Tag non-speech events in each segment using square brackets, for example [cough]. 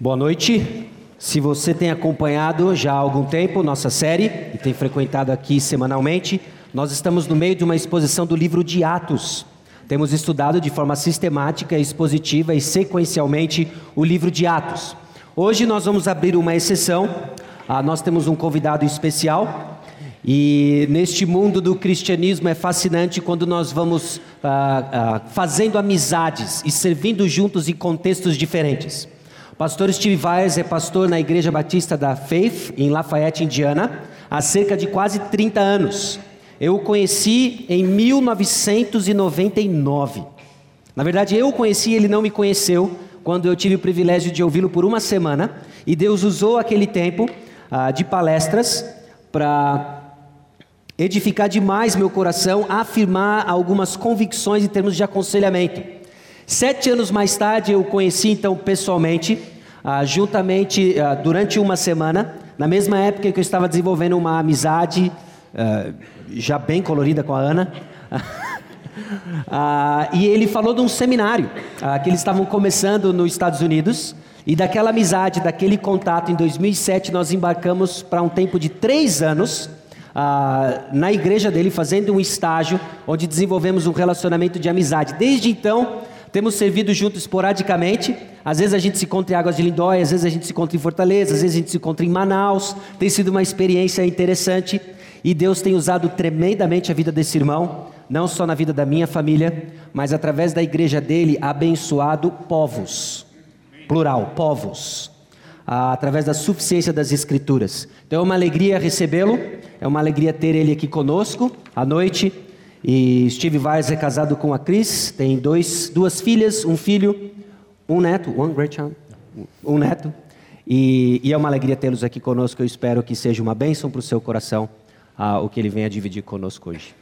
Boa noite. Se você tem acompanhado já há algum tempo nossa série e tem frequentado aqui semanalmente, nós estamos no meio de uma exposição do livro de Atos. Temos estudado de forma sistemática, expositiva e sequencialmente o livro de Atos. Hoje nós vamos abrir uma exceção. Ah, nós temos um convidado especial e neste mundo do cristianismo é fascinante quando nós vamos ah, ah, fazendo amizades e servindo juntos em contextos diferentes. Pastor Steve Weiss é pastor na Igreja Batista da Faith, em Lafayette, Indiana, há cerca de quase 30 anos. Eu o conheci em 1999. Na verdade, eu o conheci, ele não me conheceu, quando eu tive o privilégio de ouvi-lo por uma semana, e Deus usou aquele tempo ah, de palestras para edificar demais meu coração, afirmar algumas convicções em termos de aconselhamento. Sete anos mais tarde eu o conheci então pessoalmente, ah, juntamente ah, durante uma semana, na mesma época que eu estava desenvolvendo uma amizade ah, já bem colorida com a Ana. Ah, e ele falou de um seminário ah, que eles estavam começando nos Estados Unidos. E daquela amizade, daquele contato, em 2007 nós embarcamos para um tempo de três anos ah, na igreja dele, fazendo um estágio onde desenvolvemos um relacionamento de amizade. Desde então, temos servido juntos esporadicamente. Às vezes a gente se encontra em Águas de Lindóia, às vezes a gente se encontra em Fortaleza, às vezes a gente se encontra em Manaus. Tem sido uma experiência interessante e Deus tem usado tremendamente a vida desse irmão, não só na vida da minha família, mas através da igreja dele, abençoado povos. Plural, povos ah, através da suficiência das Escrituras. Então é uma alegria recebê-lo, é uma alegria ter ele aqui conosco à noite. E Steve Weiss é casado com a Cris, tem dois, duas filhas, um filho, um neto, one grandchild, um neto. E, e é uma alegria tê-los aqui conosco. Eu espero que seja uma bênção para o seu coração ah, o que ele venha dividir conosco hoje.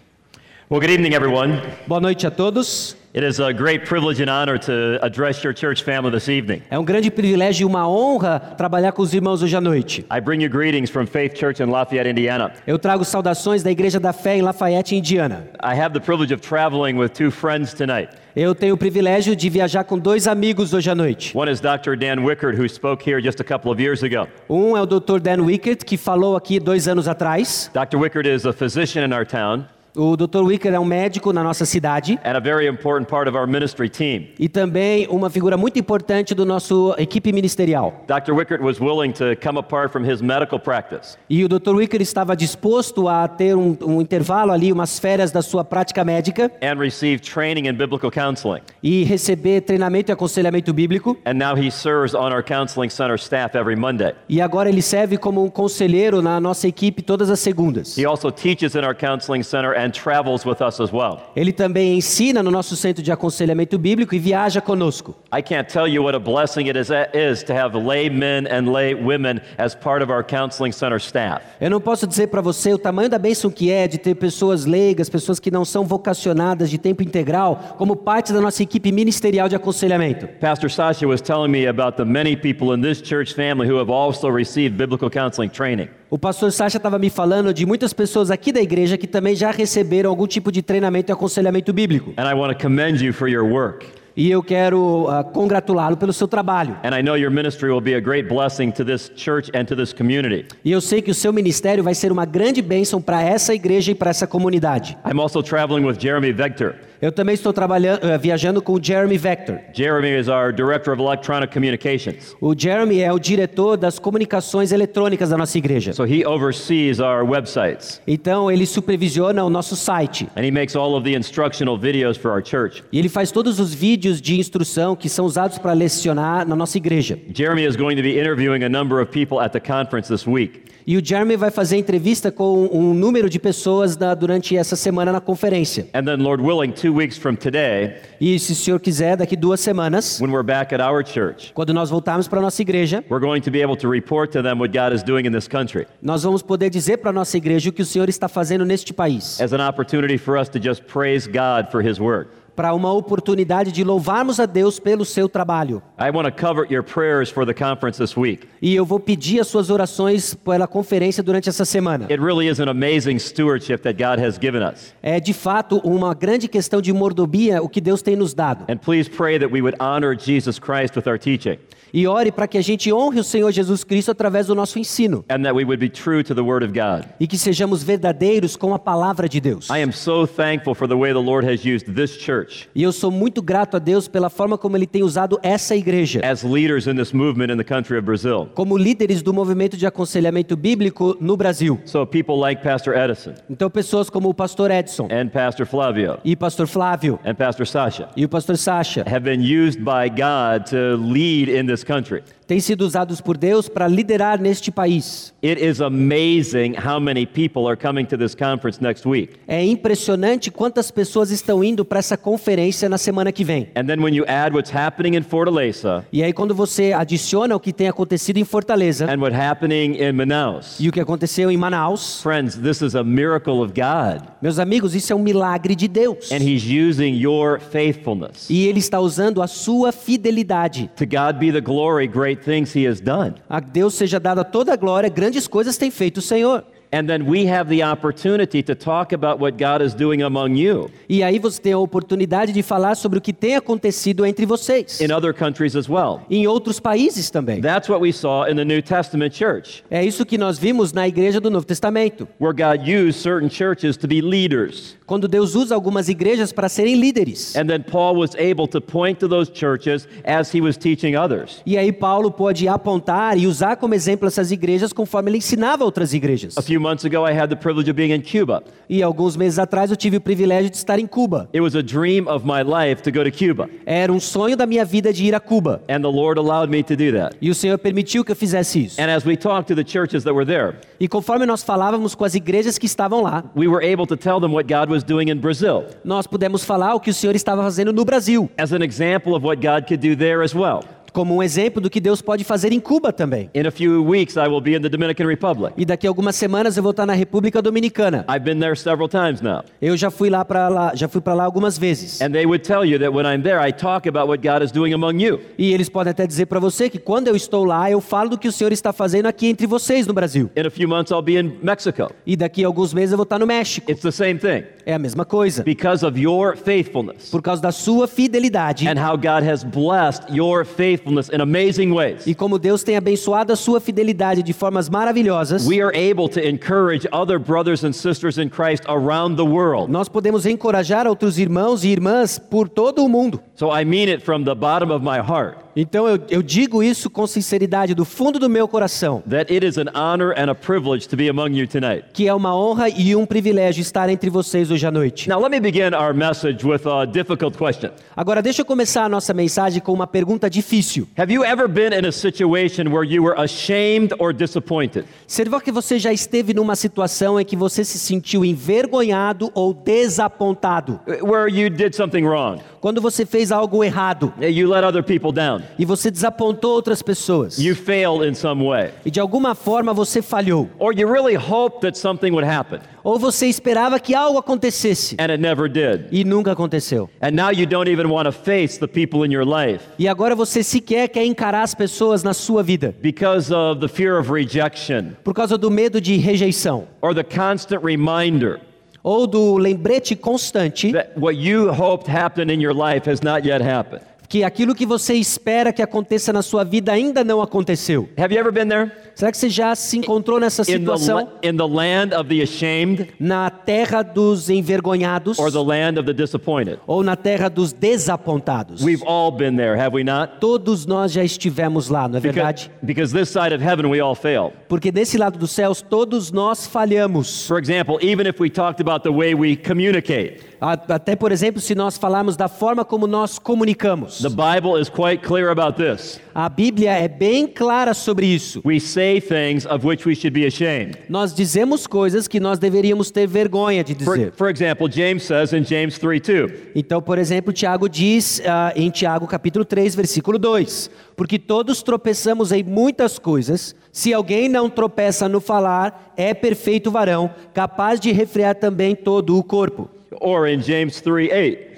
Well, good evening, everyone. Boa noite a todos. It is a great privilege and honor to address your church family this evening. É um grande privilégio e uma honra trabalhar com os irmãos hoje à noite. I bring you greetings from Faith Church in Lafayette, Indiana. Eu trago saudações da Igreja da Fé em Lafayette, Indiana. I have the privilege of traveling with two friends tonight. Eu tenho o privilégio de viajar com dois amigos hoje à noite. One is Dr. Dan Wickard, who spoke here just a couple of years ago. Um é o Dr. Dan Wickert, que falou aqui dois anos atrás. Dr. Wickard is a physician in our town O Dr. Wickert é um médico na nossa cidade and a very important part of our ministry team. e também uma figura muito importante do nosso equipe ministerial. Dr. Wickard was willing to come apart from his medical practice E o Dr. Wickert estava disposto a ter um, um intervalo ali, umas férias da sua prática médica and receive training in biblical counseling. e receber treinamento e aconselhamento bíblico. And now he serves on our counseling center staff every Monday. E agora ele serve como um conselheiro na nossa equipe todas as segundas. He also teaches in our counseling center and travels with us as well. Ele também ensina no nosso centro de aconselhamento bíblico e viaja conosco. I can't tell you what a blessing it is, is to have lay men and lay women as part of our counseling center staff. Eu não posso dizer para você o tamanho da bênção que é de ter pessoas leigas, pessoas que não são vocacionadas de tempo integral, como parte da nossa equipe ministerial de aconselhamento. Pastor Sasha was telling me about the many people in this church family who have also received biblical counseling training. O pastor Sacha estava me falando de muitas pessoas aqui da igreja que também já receberam algum tipo de treinamento e aconselhamento bíblico. And I want to commend you for your work. E eu quero ah, congratulá-lo pelo seu trabalho. And I know your ministry will be a great blessing to this church and to this community. E eu sei que o seu ministério vai ser uma grande bênção para essa igreja e para essa comunidade. I'm also traveling with Jeremy Vector. Eu também estou trabalhando, eh, viajando com o Jeremy Vector. Jeremy is our Director of Electronic Communications. O Jeremy é o diretor das comunicações eletrônicas da nossa igreja. So he oversees our websites Então ele supervisiona o nosso site. and he makes all of the instructional videos for our church. E ele faz todos os vídeos de instrução que são usados para lecionar na nossa igreja. Jeremy is going to be interviewing a number of people at the conference this week. E o Jeremy vai fazer entrevista com um número de pessoas da- durante essa semana na conferência. And then, Lord willing, two weeks from today, E se o senhor quiser, daqui duas semanas, when we're back at our church, quando nós voltarmos para a nossa igreja, we're going to be able to report to them what God is doing in this country nós vamos poder dizer para a nossa igreja o que o senhor está fazendo neste país. as an opportunity for us to just praise God for his work. para uma oportunidade de louvarmos a Deus pelo seu trabalho. I want to covet your prayers for the conference this week. E eu vou pedir as suas orações pela conferência durante essa semana. It really is an amazing stewardship that God has given us. É de fato uma grande questão de mordomia o que Deus tem nos dado. And please pray that we would honor Jesus Christ with our teaching E ore para que a gente honre o Senhor Jesus Cristo através do nosso ensino and that we would be true to the Word of God. e que sejamos verdadeiros com a palavra de Deus. I am so thankful for the way the Lord has used this church E eu sou muito grato a Deus pela forma como ele tem usado essa igreja as leaders in this movement in the country of Brazil. como líderes do movimento de aconselhamento bíblico no Brasil. So people like Pastor Edison Então pessoas como o pastor Edson and Pastor Flavio e pastor Flávio and Pastor Sasha e o pastor Sacha have been used by God to lead in this country. têm sido usados por Deus para liderar neste país. It is amazing how many people are coming to this conference next week. É impressionante quantas pessoas estão indo para essa conferência na semana que vem. And then when you add what's happening in Fortaleza E aí quando você adiciona o que tem acontecido em Fortaleza and what's happening in Manaus, e o que aconteceu em Manaus, friends, this is a miracle of God. meus amigos, isso é um milagre de Deus. And He's using your faithfulness. E ele está usando a sua fidelidade. To God be the glory, great things He has done. A Deus seja dada toda a glória, grandes coisas tem feito o Senhor. And then we have the opportunity to talk about what God is doing among you E aí você tem a oportunidade de falar sobre o que tem acontecido entre vocês, in other countries as well. em outros países também. That's what we saw in the New Testament church, É isso que nós vimos na igreja do Novo Testamento, where God used certain churches to be leaders. quando Deus usa algumas igrejas para serem líderes. And then Paul was able to point to those churches as he was teaching others. E aí Paulo pode apontar e usar como exemplo essas igrejas conforme ele ensinava outras igrejas. A few months ago, I had the privilege of being in Cuba. E alguns meses atrás eu tive o privilégio de estar em Cuba. It was a dream of my life to go to Cuba, Era um sonho da minha vida de ir a Cuba. and the Lord allowed me to do that. E o Senhor permitiu que eu fizesse isso. And as we talked to the churches that were there, E conforme nós falávamos com as igrejas que estavam lá, we were able to tell them what God was doing in Brazil nós pudemos falar o que o Senhor estava fazendo no Brasil, as an example of what God could do there as well. como um exemplo do que Deus pode fazer em Cuba também. In a few weeks, I will be in the Dominican Republic. E daqui a algumas semanas eu vou estar na República Dominicana. I've been there several times now. Eu já fui lá para lá, já fui para lá algumas vezes. And they would tell you that when I'm there, I talk about what God is doing among you. E eles podem até dizer para você que quando eu estou lá, eu falo do que o Senhor está fazendo aqui entre vocês no Brasil. In a few months, I'll be in Mexico. E daqui a alguns meses eu vou estar no México. It's the same thing. É a mesma coisa. because of your faithfulness Por causa da sua fidelidade and how God has blessed your faithfulness in amazing ways. e como Deus tem abençoado a sua fidelidade de formas maravilhosas, We are able to encourage other brothers and sisters in Christ around the world. nós podemos encorajar outros irmãos e irmãs por todo o mundo. So I mean it from the bottom of my heart Então eu, eu digo isso com sinceridade do fundo do meu coração, that it is an honor and a privilege to be among you tonight. que é uma honra e um privilégio estar entre vocês hoje à noite. Now, let me begin our message with a difficult question. Agora deixa eu começar a nossa mensagem com uma pergunta difícil. Have you ever been in a situation where you were ashamed or disappointed? Será que você já esteve numa situação em que você se sentiu envergonhado ou desapontado? Where you did something wrong? Quando você fez algo errado You let other people down? e você desapontou outras pessoas? You failed in some way? E de alguma forma você falhou? Or you really hoped that something would happen? Ou você esperava que algo acontecesse and it never did. e nunca aconteceu? And now you don't even want to face the people in your life E agora você sequer quer encarar as pessoas na sua vida because of the fear of rejection por causa do medo de rejeição or the constant reminder ou do lembrete constante that what you hoped happened in your life has not yet happened. que aquilo que você espera que aconteça na sua vida ainda não aconteceu. Have you ever been there? Será que você já se encontrou nessa In the, situação la- in the land of the ashamed na terra dos envergonhados or the land of the disappointed? ou na terra dos desapontados? We've all been there, have we not? Todos nós já estivemos lá, não é Because, verdade? because this side of heaven we all fail. Porque desse lado dos céus todos nós falhamos. For example, even if we talked about the way we communicate, A- Até, por exemplo, se nós falarmos da forma como nós comunicamos. the Bible is quite clear about this. A Bíblia é bem clara sobre isso. We say things of which we should be ashamed. Nós dizemos coisas que nós deveríamos ter vergonha de For, dizer. for example, James says in James 3 2, Então, por exemplo, Tiago diz ah, em Tiago capítulo 3, versículo 2: Porque todos tropeçamos em muitas coisas. Se alguém não tropeça no falar, é perfeito varão, capaz de refrear também todo o corpo. or in James 3 8,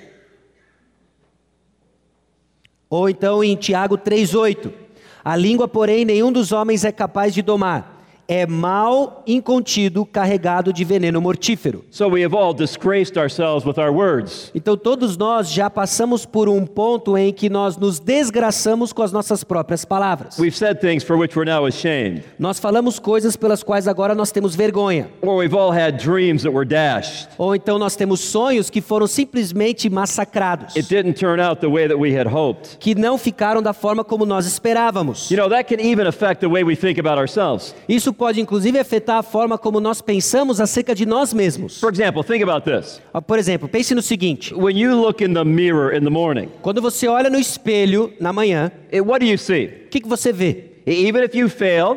Ou então em Tiago 3,8: A língua, porém, nenhum dos homens é capaz de domar. É mal incontido, carregado de veneno mortífero. So we have all disgraced ourselves with our words. Então todos nós já passamos por um ponto em que nós nos desgraçamos com as nossas próprias palavras. We've said things for which we're now ashamed. Nós falamos coisas pelas quais agora nós temos vergonha. Or we've all had dreams that were dashed. Ou então nós temos sonhos que foram simplesmente massacrados, It didn't turn out the way that we had hoped. que não ficaram da forma como nós esperávamos. You know, that can even affect the way we think about ourselves. Isso pode inclusive afetar a forma como nós pensamos acerca de nós mesmos. For example, think about this. Ah, Por exemplo, pense no seguinte: When you look in the mirror in the morning, quando você olha no espelho na manhã, it- what do you see? o que, que você vê? E- Even if you fail,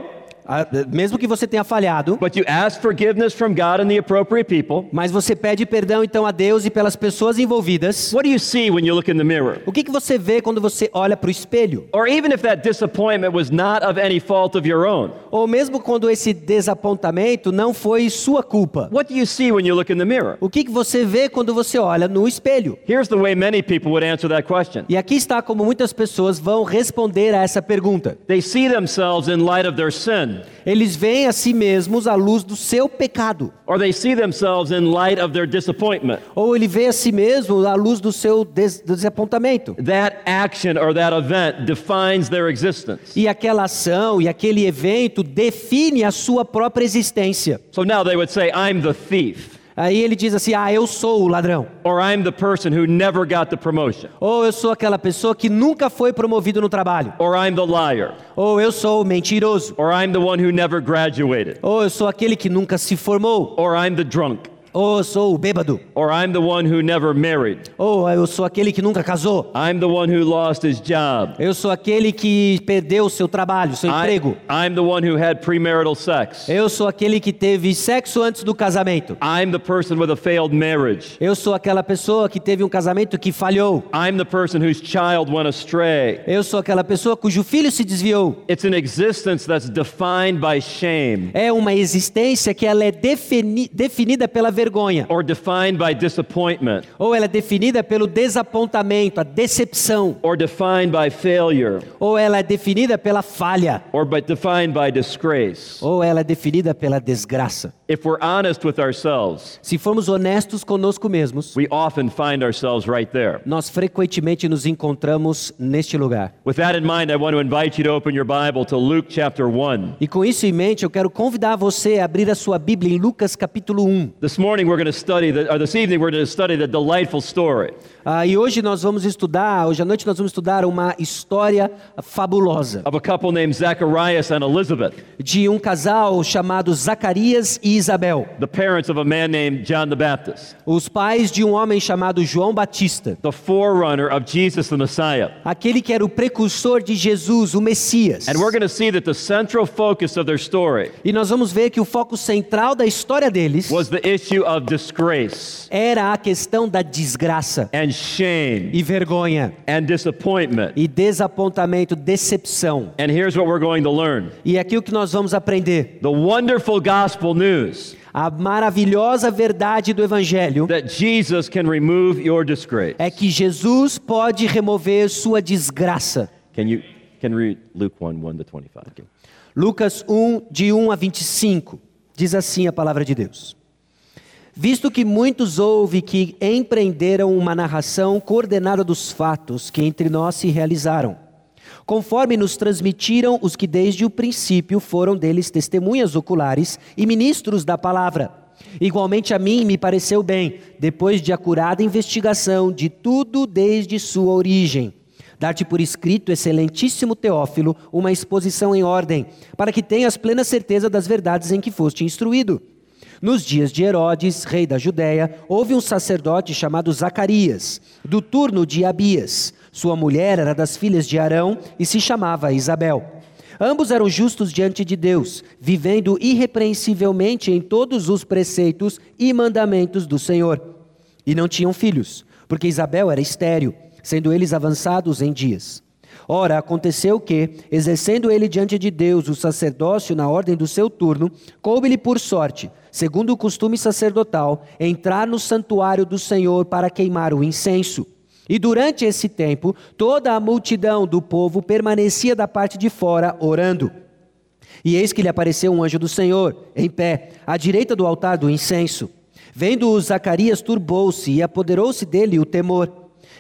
Ah, Mesmo que você tenha falhado, but you ask forgiveness from God and the appropriate people, mas você pede perdão então a Deus e pelas pessoas envolvidas. what do you see when you look in the mirror? O que, que você vê quando você olha para o espelho? Or even if that disappointment was not of any fault of your own, Ou mesmo quando esse desapontamento não foi sua culpa? what do you see when you look in the mirror? O que, que você vê quando você olha no espelho? Here's the way many people would answer that question. E aqui está como muitas pessoas vão responder a essa pergunta. They see themselves in light of their sin, Eles veem a si mesmos à luz do seu pecado, or they see themselves in light of their disappointment. ou ele vê a si mesmo à luz do seu des- desapontamento. That action or that event defines their existence. E aquela ação e aquele evento define a sua própria existência. So now they would say, I'm the thief, Aí ele diz assim: "Ah, eu sou o ladrão." or I'm the person who never got the promotion, Ou eu sou aquela pessoa que nunca foi promovido no trabalho. or I'm the liar, Ou eu sou o mentiroso. or I'm the one who never graduated, Ou eu sou aquele que nunca se formou. or I'm the drunk, Ou eu sou o bêbado. or I'm the one who never married, Ou eu sou aquele que nunca casou. I'm the one who lost his job, Eu sou aquele que perdeu o seu trabalho, seu emprego. I, I'm the one who had premarital sex, Eu sou aquele que teve sexo antes do casamento. I'm the person with a failed marriage, Eu sou aquela pessoa que teve um casamento que falhou. I'm the person whose child went astray. Eu sou aquela pessoa cujo filho se desviou. It's an existence that's defined by shame É uma existência que ela é defini- definida pela vergonha. or defined by disappointment Ou ela é definida pelo desapontamento, a decepção. or defined by failure Ou ela é definida pela falha. or but defined by disgrace. Ou ela é definida pela desgraça. If we're honest with ourselves, Se formos honestos conosco mesmos, we often find ourselves right there. nós frequentemente nos encontramos neste lugar. With that in mind, I want to invite you to open your Bible to Luke chapter 1. E com isso em mente, eu quero convidar você a abrir a sua Bíblia em Lucas capítulo 1. This morning we're going to study the, or this evening we're going to study the delightful story. Ah, e hoje nós vamos estudar, hoje à noite nós vamos estudar uma história fabulosa of a couple named Zacharias and Elizabeth, de um casal chamado Zacarias e Isabel, the parents of a man named John the Baptist, os pais de um homem chamado João Batista, the forerunner of Jesus the Messiah. aquele que era o precursor de Jesus, o Messias. And we're going to see that the central focus of their story E nós vamos ver que o foco central da história deles was the issue of disgrace era a questão da desgraça and shame e vergonha and disappointment. e desapontamento, decepção. And here's what we're going to learn. E aqui o que nós vamos aprender, The wonderful gospel news a maravilhosa verdade do evangelho that Jesus can remove your disgrace. é que Jesus pode remover sua desgraça. Can you can read Luke 1 1 to 25? Lucas 1, de 1 a 25, diz assim a palavra de Deus. Visto que muitos houve que empreenderam uma narração coordenada dos fatos que entre nós se realizaram, conforme nos transmitiram os que desde o princípio foram deles testemunhas oculares e ministros da palavra. Igualmente a mim me pareceu bem, depois de acurada investigação de tudo desde sua origem, Dar-te por escrito, excelentíssimo Teófilo, uma exposição em ordem, para que tenhas plena certeza das verdades em que foste instruído. Nos dias de Herodes, rei da Judéia, houve um sacerdote chamado Zacarias, do turno de Abias. Sua mulher era das filhas de Arão e se chamava Isabel. Ambos eram justos diante de Deus, vivendo irrepreensivelmente em todos os preceitos e mandamentos do Senhor e não tinham filhos, porque Isabel era estéril, sendo eles avançados em dias. Ora, aconteceu que, exercendo ele diante de Deus o sacerdócio na ordem do seu turno, coube-lhe por sorte, segundo o costume sacerdotal, entrar no santuário do Senhor para queimar o incenso. E durante esse tempo, toda a multidão do povo permanecia da parte de fora orando. E eis que lhe apareceu um anjo do Senhor, em pé, à direita do altar do incenso. Vendo-o, Zacarias turbou-se e apoderou-se dele o temor.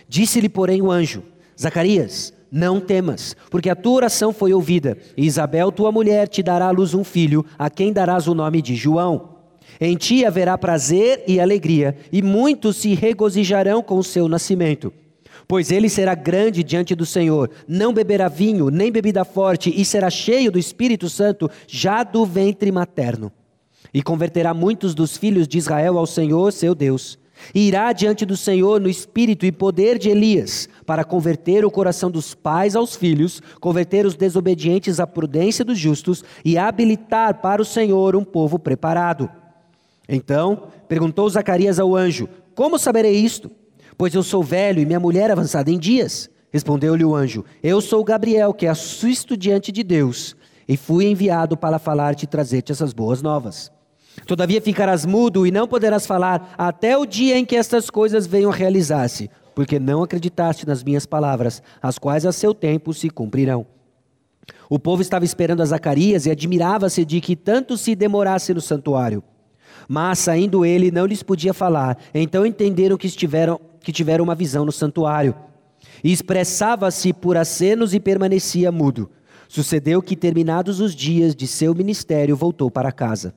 Disse-lhe, porém, o anjo: Zacarias, não temas, porque a tua oração foi ouvida, e Isabel, tua mulher, te dará à luz um filho, a quem darás o nome de João. Em ti haverá prazer e alegria, e muitos se regozijarão com o seu nascimento. Pois ele será grande diante do Senhor, não beberá vinho, nem bebida forte, e será cheio do Espírito Santo já do ventre materno. E converterá muitos dos filhos de Israel ao Senhor, seu Deus. E irá diante do Senhor no espírito e poder de Elias, para converter o coração dos pais aos filhos, converter os desobedientes à prudência dos justos e habilitar para o Senhor um povo preparado. Então perguntou Zacarias ao anjo: Como saberei isto? Pois eu sou velho e minha mulher avançada em dias. Respondeu-lhe o anjo: Eu sou Gabriel, que assisto diante de Deus, e fui enviado para falar-te e trazer-te essas boas novas. Todavia ficarás mudo e não poderás falar até o dia em que estas coisas venham a realizar-se, porque não acreditaste nas minhas palavras, as quais a seu tempo se cumprirão. O povo estava esperando a Zacarias e admirava-se de que tanto se demorasse no santuário. Mas saindo ele, não lhes podia falar. Então entenderam que, estiveram, que tiveram uma visão no santuário. E expressava-se por acenos e permanecia mudo. Sucedeu que, terminados os dias de seu ministério, voltou para casa.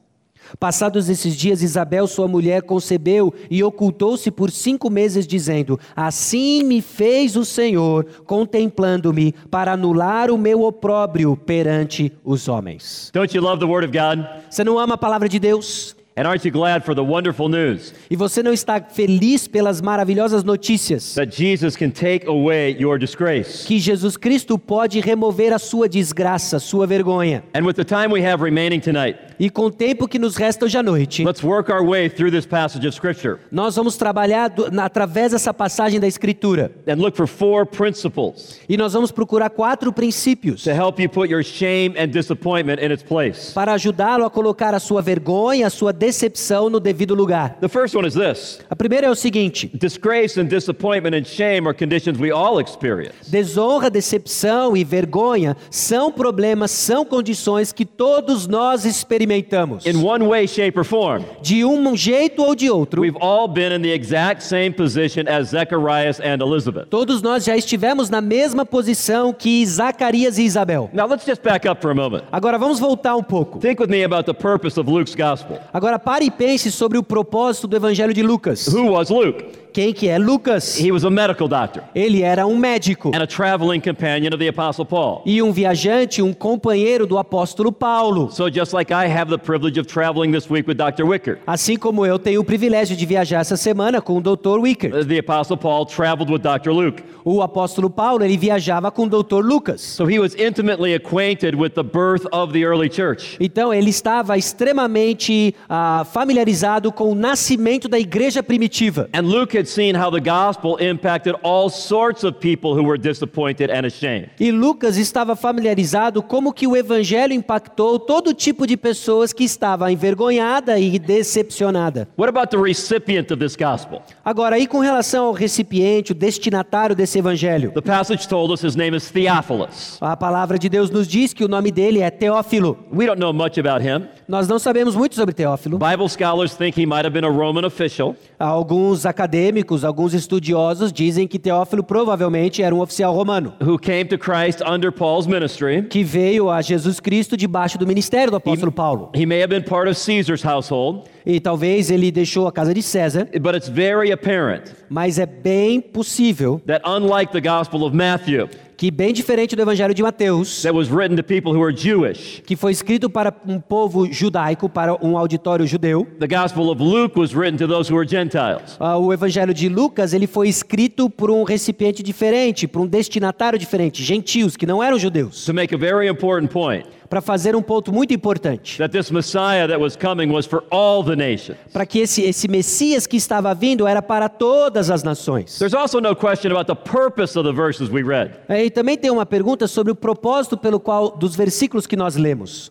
Passados esses dias, Isabel, sua mulher, concebeu e ocultou-se por cinco meses, dizendo: Assim me fez o Senhor, contemplando-me, para anular o meu opróbrio perante os homens. Don't you love the Word of God? Você não ama a palavra de Deus? And aren't you glad for the wonderful news E você não está feliz pelas maravilhosas notícias? that Jesus can take away your disgrace? Que Jesus Cristo pode remover a sua desgraça, a sua vergonha. And with the time we have remaining tonight, E com o tempo que nos resta hoje à noite, let's work our way through this passage of Scripture nós vamos trabalhar do- na- através dessa passagem da Escritura. and look for four principles E nós vamos procurar quatro princípios. to help you put your shame and disappointment in its place. para ajudá-lo a colocar a sua vergonha, a sua decepção no devido lugar. The first one is this A primeira é o seguinte: disgrace and disappointment and shame are conditions we all experience. desonra, decepção e vergonha são problemas, são condições que todos nós experimentamos. In one way, shape, or form, De um jeito ou de outro, we've all been in the exact same position as Zacharias and Elizabeth. todos nós já estivemos na mesma posição que Zacarias e Isabel. Now, let's just back up for a moment. Agora vamos voltar um pouco. Think with me about the purpose of Luke's gospel. Agora pare e pense sobre o propósito do evangelho de Lucas. Who was Luke? Quem que é Lucas? He was a medical doctor Ele era um médico and a traveling companion of the Apostle Paul. e um viajante, um companheiro do apóstolo Paulo. So, just like I have the privilege of traveling this week with Dr. Wicker, Assim como eu tenho o privilégio de viajar essa semana com o Dr. Wicker. the Apostle Paul traveled with Dr. Luke. O apóstolo Paulo, ele viajava com o Dr. Lucas. So, he was intimately acquainted with the birth of the early church. Então ele estava extremamente ah, familiarizado com o nascimento da igreja primitiva. And Luke had seen how the gospel impacted all sorts of people who were disappointed and ashamed. E Lucas estava familiarizado como que o evangelho impactou todo tipo de pessoas que estava envergonhada e decepcionada. What about the recipient of this gospel? Agora, aí com relação ao recipiente, o destinatário desse evangelho, The passage told us his name is Theophilus. a palavra de Deus nos diz que o nome dele é Teófilo. We don't know much about him. Nós não sabemos muito sobre Teófilo. Bible scholars think he might have been a Roman official. Alguns acadêmicos, alguns estudiosos dizem que Teófilo provavelmente era um oficial romano who came to Christ under Paul's ministry. que veio a Jesus Cristo debaixo do ministério do apóstolo Paulo. He may have been part of Caesar's household, E talvez ele deixou a casa de César, but it's very apparent mas é bem possível that unlike the Gospel of Matthew, que bem diferente do evangelho de Mateus, that was written to people who are Jewish, que foi escrito para um povo judaico, para um auditório judeu, the Gospel of Luke was written to those who are Gentiles. ah, o evangelho de Lucas, ele foi escrito por um recipiente diferente, por um destinatário diferente, gentios que não eram judeus. To make a very important point Para fazer um ponto muito importante, that this Messiah that was coming was for all the nations. para que esse, esse Messias que estava vindo era para todas as nações. There's also no question about the purpose of the verses we read. É, E também tem uma pergunta sobre o propósito pelo qual dos versículos que nós lemos.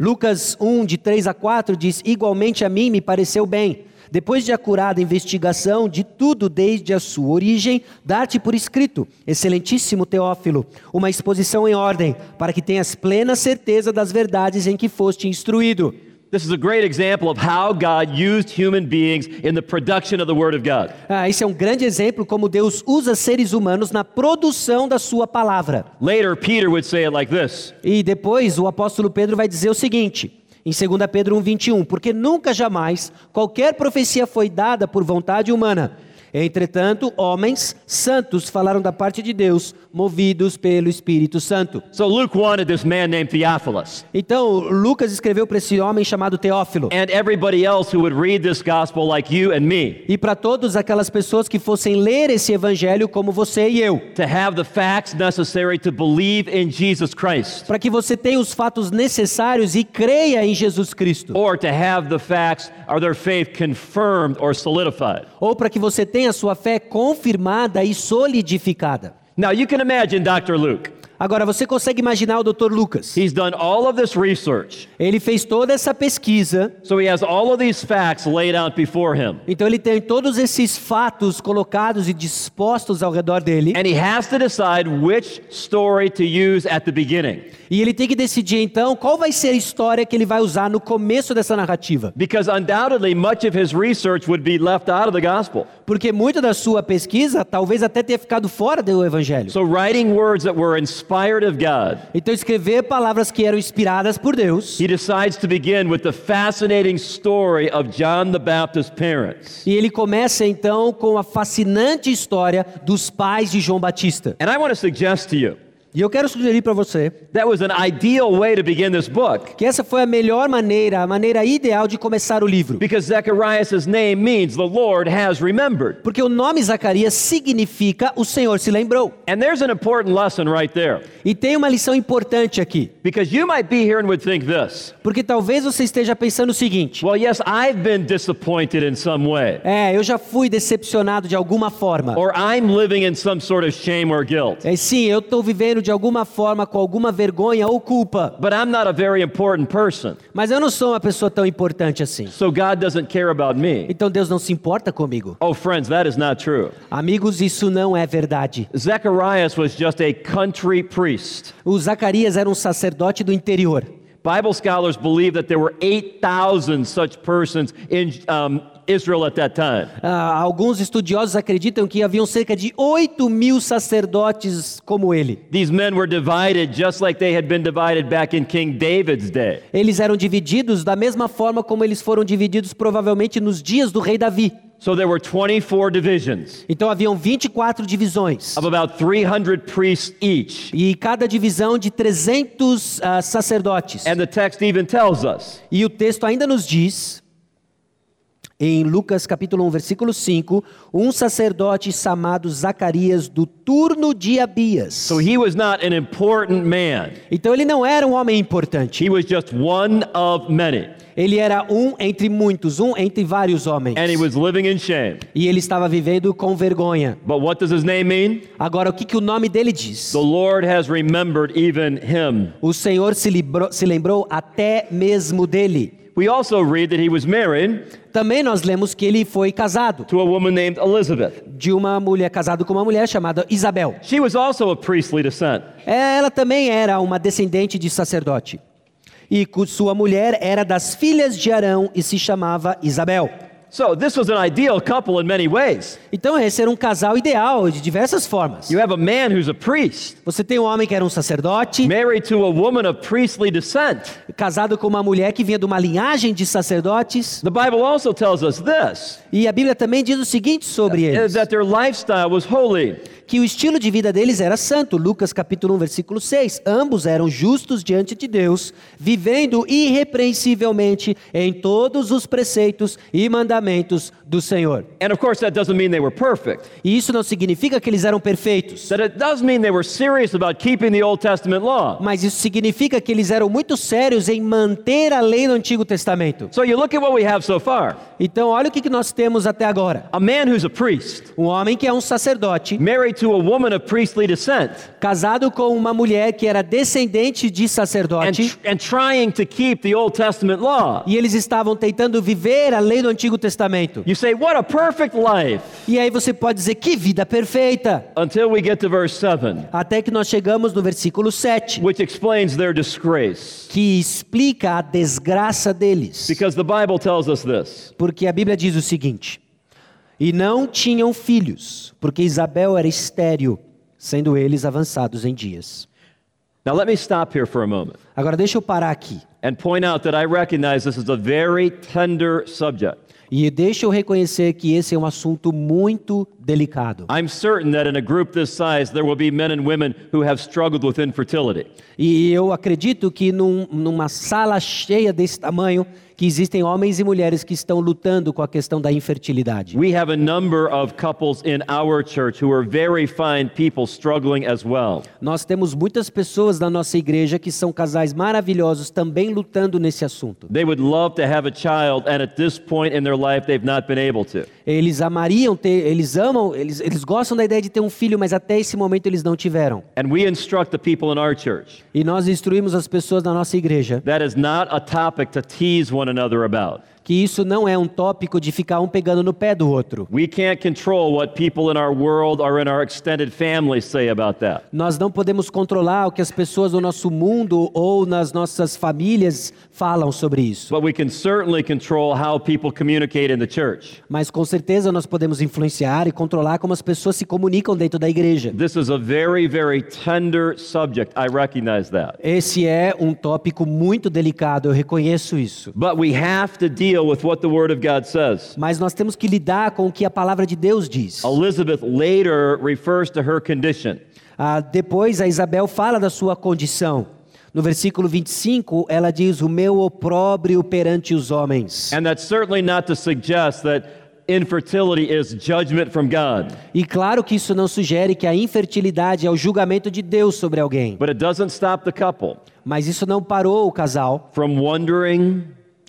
um, Lucas 1, de 3 a 4 diz: Igualmente a mim me pareceu bem depois de acurada investigação de tudo desde a sua origem, dar-te por escrito, excelentíssimo Teófilo, uma exposição em ordem, para que tenhas plena certeza das verdades em que foste instruído. This is a great example of how God used human beings in the production of the Word of God. Ah, esse é um grande exemplo como Deus usa seres humanos na produção da sua palavra. Later, Peter would say it like this E depois o apóstolo Pedro vai dizer o seguinte, em 2 Pedro 1,21: Porque nunca jamais qualquer profecia foi dada por vontade humana. Entretanto, homens santos falaram da parte de Deus, movidos pelo Espírito Santo. So, Luke wanted this man named Theophilus Então, Lucas escreveu para esse homem chamado Teófilo. and everybody else who would read this gospel like you and me E para todas aquelas pessoas que fossem ler esse evangelho como você e eu. to have the facts necessary to believe in Jesus Christ Para que você tenha os fatos necessários e creia em Jesus Cristo. or to have the facts or their faith confirmed or solidified. Ou para que você tenha sua fé confirmada e solidificada. Now, you can imagine Dr. Luke. Agora, você consegue imaginar o Dr. Lucas? He's done all of this research, Ele fez toda essa pesquisa, so he has all of these facts laid out before him. então ele tem todos esses fatos colocados e dispostos ao redor dele, And he has to decide which story to use at the beginning. e ele tem que decidir então qual vai ser a história que ele vai usar no começo dessa narrativa, Because undoubtedly, much of his research would be left out of the gospel. porque muito da sua pesquisa talvez até tenha ficado fora do evangelho. So, writing words that were inspired of God, Então, escrever palavras que eram inspiradas por Deus, he decides to begin with the fascinating story of John the Baptist's parents. e ele começa então com a fascinante história dos pais de João Batista. And I want to suggest to you E eu quero sugerir para você that was an ideal way to begin this book que essa foi a melhor maneira, a maneira ideal de começar o livro. because Zechariah's name means the Lord has remembered. Porque o nome Zacarias significa o Senhor se lembrou. And there's an important lesson right there E tem uma lição importante aqui. because you might be here and would think this Porque talvez você esteja pensando o seguinte: well, yes, I've been disappointed in some way. é, eu já fui decepcionado de alguma forma. Or I'm living in some sort of shame or guilt. É, sim, eu estou vivendo de alguma forma com alguma vergonha ou culpa. But I'm not a very important person, Mas eu não sou uma pessoa tão importante assim. so God doesn't care about me. Então Deus não se importa comigo. Oh, friends, that is not true. Amigos, isso não é verdade. Zacharias was just a country priest. O Zacarias era um sacerdote do interior. Bible scholars believe that there were 8,000 such persons in um, Israel at that time. Ah, alguns estudiosos acreditam que haviam cerca de 8 mil sacerdotes como ele. These men were divided just like they had been divided back in King David's day. Eles eram divididos da mesma forma como eles foram divididos provavelmente nos dias do rei Davi. So there were 24 divisions Então haviam 24 divisões. of about 300 priests each. E cada divisão de 300 ah, sacerdotes. And the text even tells us E o texto ainda nos diz, em Lucas capítulo 1, versículo 5, um sacerdote chamado Zacarias do turno de Abias. So he was not an important man. Então ele não era um homem importante. He was just one of many. Ele era um entre muitos, um entre vários homens. And he was living in shame. E ele estava vivendo com vergonha. But what does his name mean? Agora, o que, que o nome dele diz? The Lord has remembered even him. O Senhor se librou- se lembrou até mesmo dele. We also read that he was married Também nós lemos que ele foi casado to a woman named Elizabeth. de uma mulher, casado com uma mulher chamada Isabel. She was also of priestly descent. É, Ela também era uma descendente de sacerdote. E cu- sua mulher era das filhas de Arão e se chamava Isabel. So this was an ideal couple in many ways. Então esse era um casal ideal de diversas formas. You have a man who's a priest, Você tem um homem que era um sacerdote, married to a woman of priestly descent. casado com uma mulher que vinha de uma linhagem de sacerdotes. The Bible also tells us this E a Bíblia também diz o seguinte sobre is eles: that their lifestyle was holy. que o estilo de vida deles era santo. Lucas capítulo 1, versículo 6. Ambos eram justos diante de Deus, vivendo irrepreensivelmente em todos os preceitos e mandamentos do Senhor. And of course, that doesn't mean they were perfect. E isso não significa que eles eram perfeitos, That it does mean they were serious about keeping the Old Testament law. mas isso significa que eles eram muito sérios em manter a lei do Antigo Testamento. So you look at what we have so far Então, olha o que que nós temos até agora: a man who's a priest, um homem que é um sacerdote, married to a woman of priestly descent casado com uma mulher que era descendente de and, sacerdote. tr- and trying to keep the Old Testament law. E eles estavam tentando viver a lei do Antigo Testamento. You say, what a perfect life! E aí você pode dizer que vida perfeita, Until we get to verse 7, até que nós chegamos no versículo 7, which explains their disgrace. que explica a desgraça deles. Because the Bible tells us this Porque a Bíblia diz o seguinte: E não tinham filhos, porque Isabel era estéril, sendo eles avançados em dias. Now, let me stop here for a moment Agora deixa eu parar aqui. and point out that I recognize this is a very tender subject. E deixa eu reconhecer que esse é um assunto muito delicado. I'm certain that in a group this size, there will be men and women who have struggled with infertility. E eu acredito que num- numa sala cheia desse tamanho, que existem homens e mulheres que estão lutando com a questão da infertilidade. We have a number of couples in our church who are very fine people struggling as well. Nós temos muitas pessoas na nossa igreja que são casais maravilhosos também lutando nesse assunto. They would love to have a child, and at this point in their life, they've not been able to. Eles amariam ter, eles amam, eles, eles gostam da ideia de ter um filho, mas até esse momento eles não tiveram. And we instruct the people in our church. E nós instruímos as pessoas na nossa igreja That is not a topic to tease one another about. que isso não é um tópico de ficar um pegando no pé do outro. We can't control what people in our world or in our extended family say about that. Nós não podemos controlar o que as pessoas do nosso mundo ou nas nossas famílias falam sobre isso. But we can certainly control how people communicate in the church. Mas com certeza nós podemos influenciar e controlar como as pessoas se comunicam dentro da igreja. This is a very, very tender subject. I recognize that. Esse é um tópico muito delicado, eu reconheço isso. But we have to deal with what the Word of God says. Mas nós temos que lidar com o que a palavra de Deus diz. Elizabeth later refers to her condition. Ah, depois a Isabel fala da sua condição. No versículo 25, ela diz: O meu opróbrio perante os homens. And that's certainly not to suggest that infertility is judgment from God, E claro que isso não sugere que a infertilidade é o julgamento de Deus sobre alguém. but it doesn't stop the couple Mas isso não parou o casal from wondering,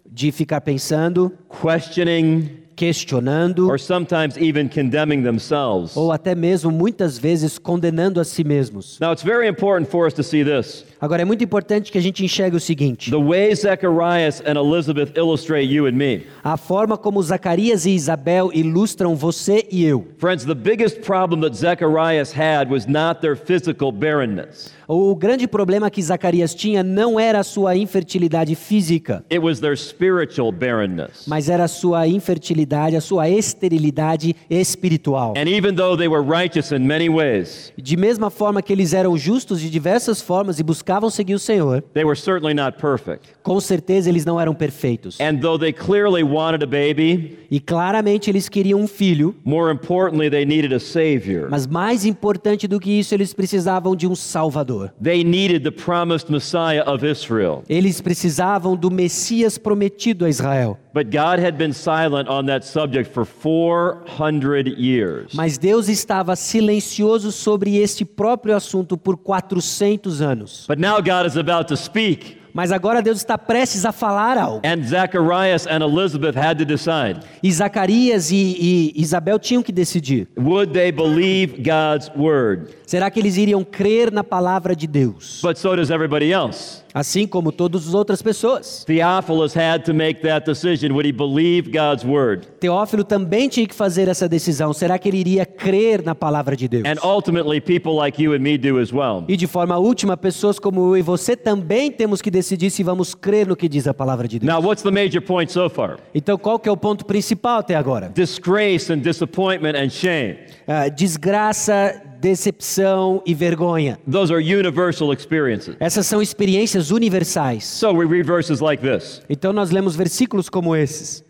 de ficar pensando, questioning, questionando or sometimes even condemning themselves. ou até mesmo muitas vezes condenando a si mesmos. Now, it's very important for us to see this Agora é muito importante que a gente enxergue o seguinte: the way Zacharias and Elizabeth illustrate you and me. a forma como Zacarias e Isabel ilustram você e eu. Friends, the biggest problem that Zacharias had was not their physical barrenness, O grande problema que Zacarias tinha não era a sua infertilidade física, it was their spiritual barrenness. mas era a sua infertilidade, a sua esterilidade espiritual. And even though they were righteous in many ways, De mesma forma que eles eram justos de diversas formas e buscavam seguir o Senhor, they were certainly not perfect. com certeza eles não eram perfeitos. And though they clearly wanted a baby, E claramente eles queriam um filho, more importantly, they needed a Savior. mas mais importante do que isso, eles precisavam de um Salvador. They needed the promised Messiah of Israel. Eles precisavam do Messias prometido a Israel. But God had been silent on that subject for 400 years. Mas Deus estava silencioso sobre este próprio assunto por 400 anos. But now God is about to speak. Mas agora Deus está prestes a falar algo. And Zacharias and Elizabeth had to decide E Zacarias e, e Isabel tinham que decidir: would they believe God's word? será que eles iriam crer na palavra de Deus? But so does everybody else. Assim como todas as outras pessoas. Theophilus had to make that decision. Would he believe God's word? Teófilo também tinha que fazer essa decisão: será que ele iria crer na palavra de Deus? And ultimately, people like you and me do as well. E de forma última, pessoas como eu e você também temos que decidir se vamos crer no que diz a palavra de Deus. Now, what's the major point so far? Então, qual que é o ponto principal até agora? Disgrace and disappointment and shame. Ah, desgraça, decepção e vergonha. Those are universal experiences. Essas são experiências universais. So we read verses like this Então, nós lemos versículos como esses.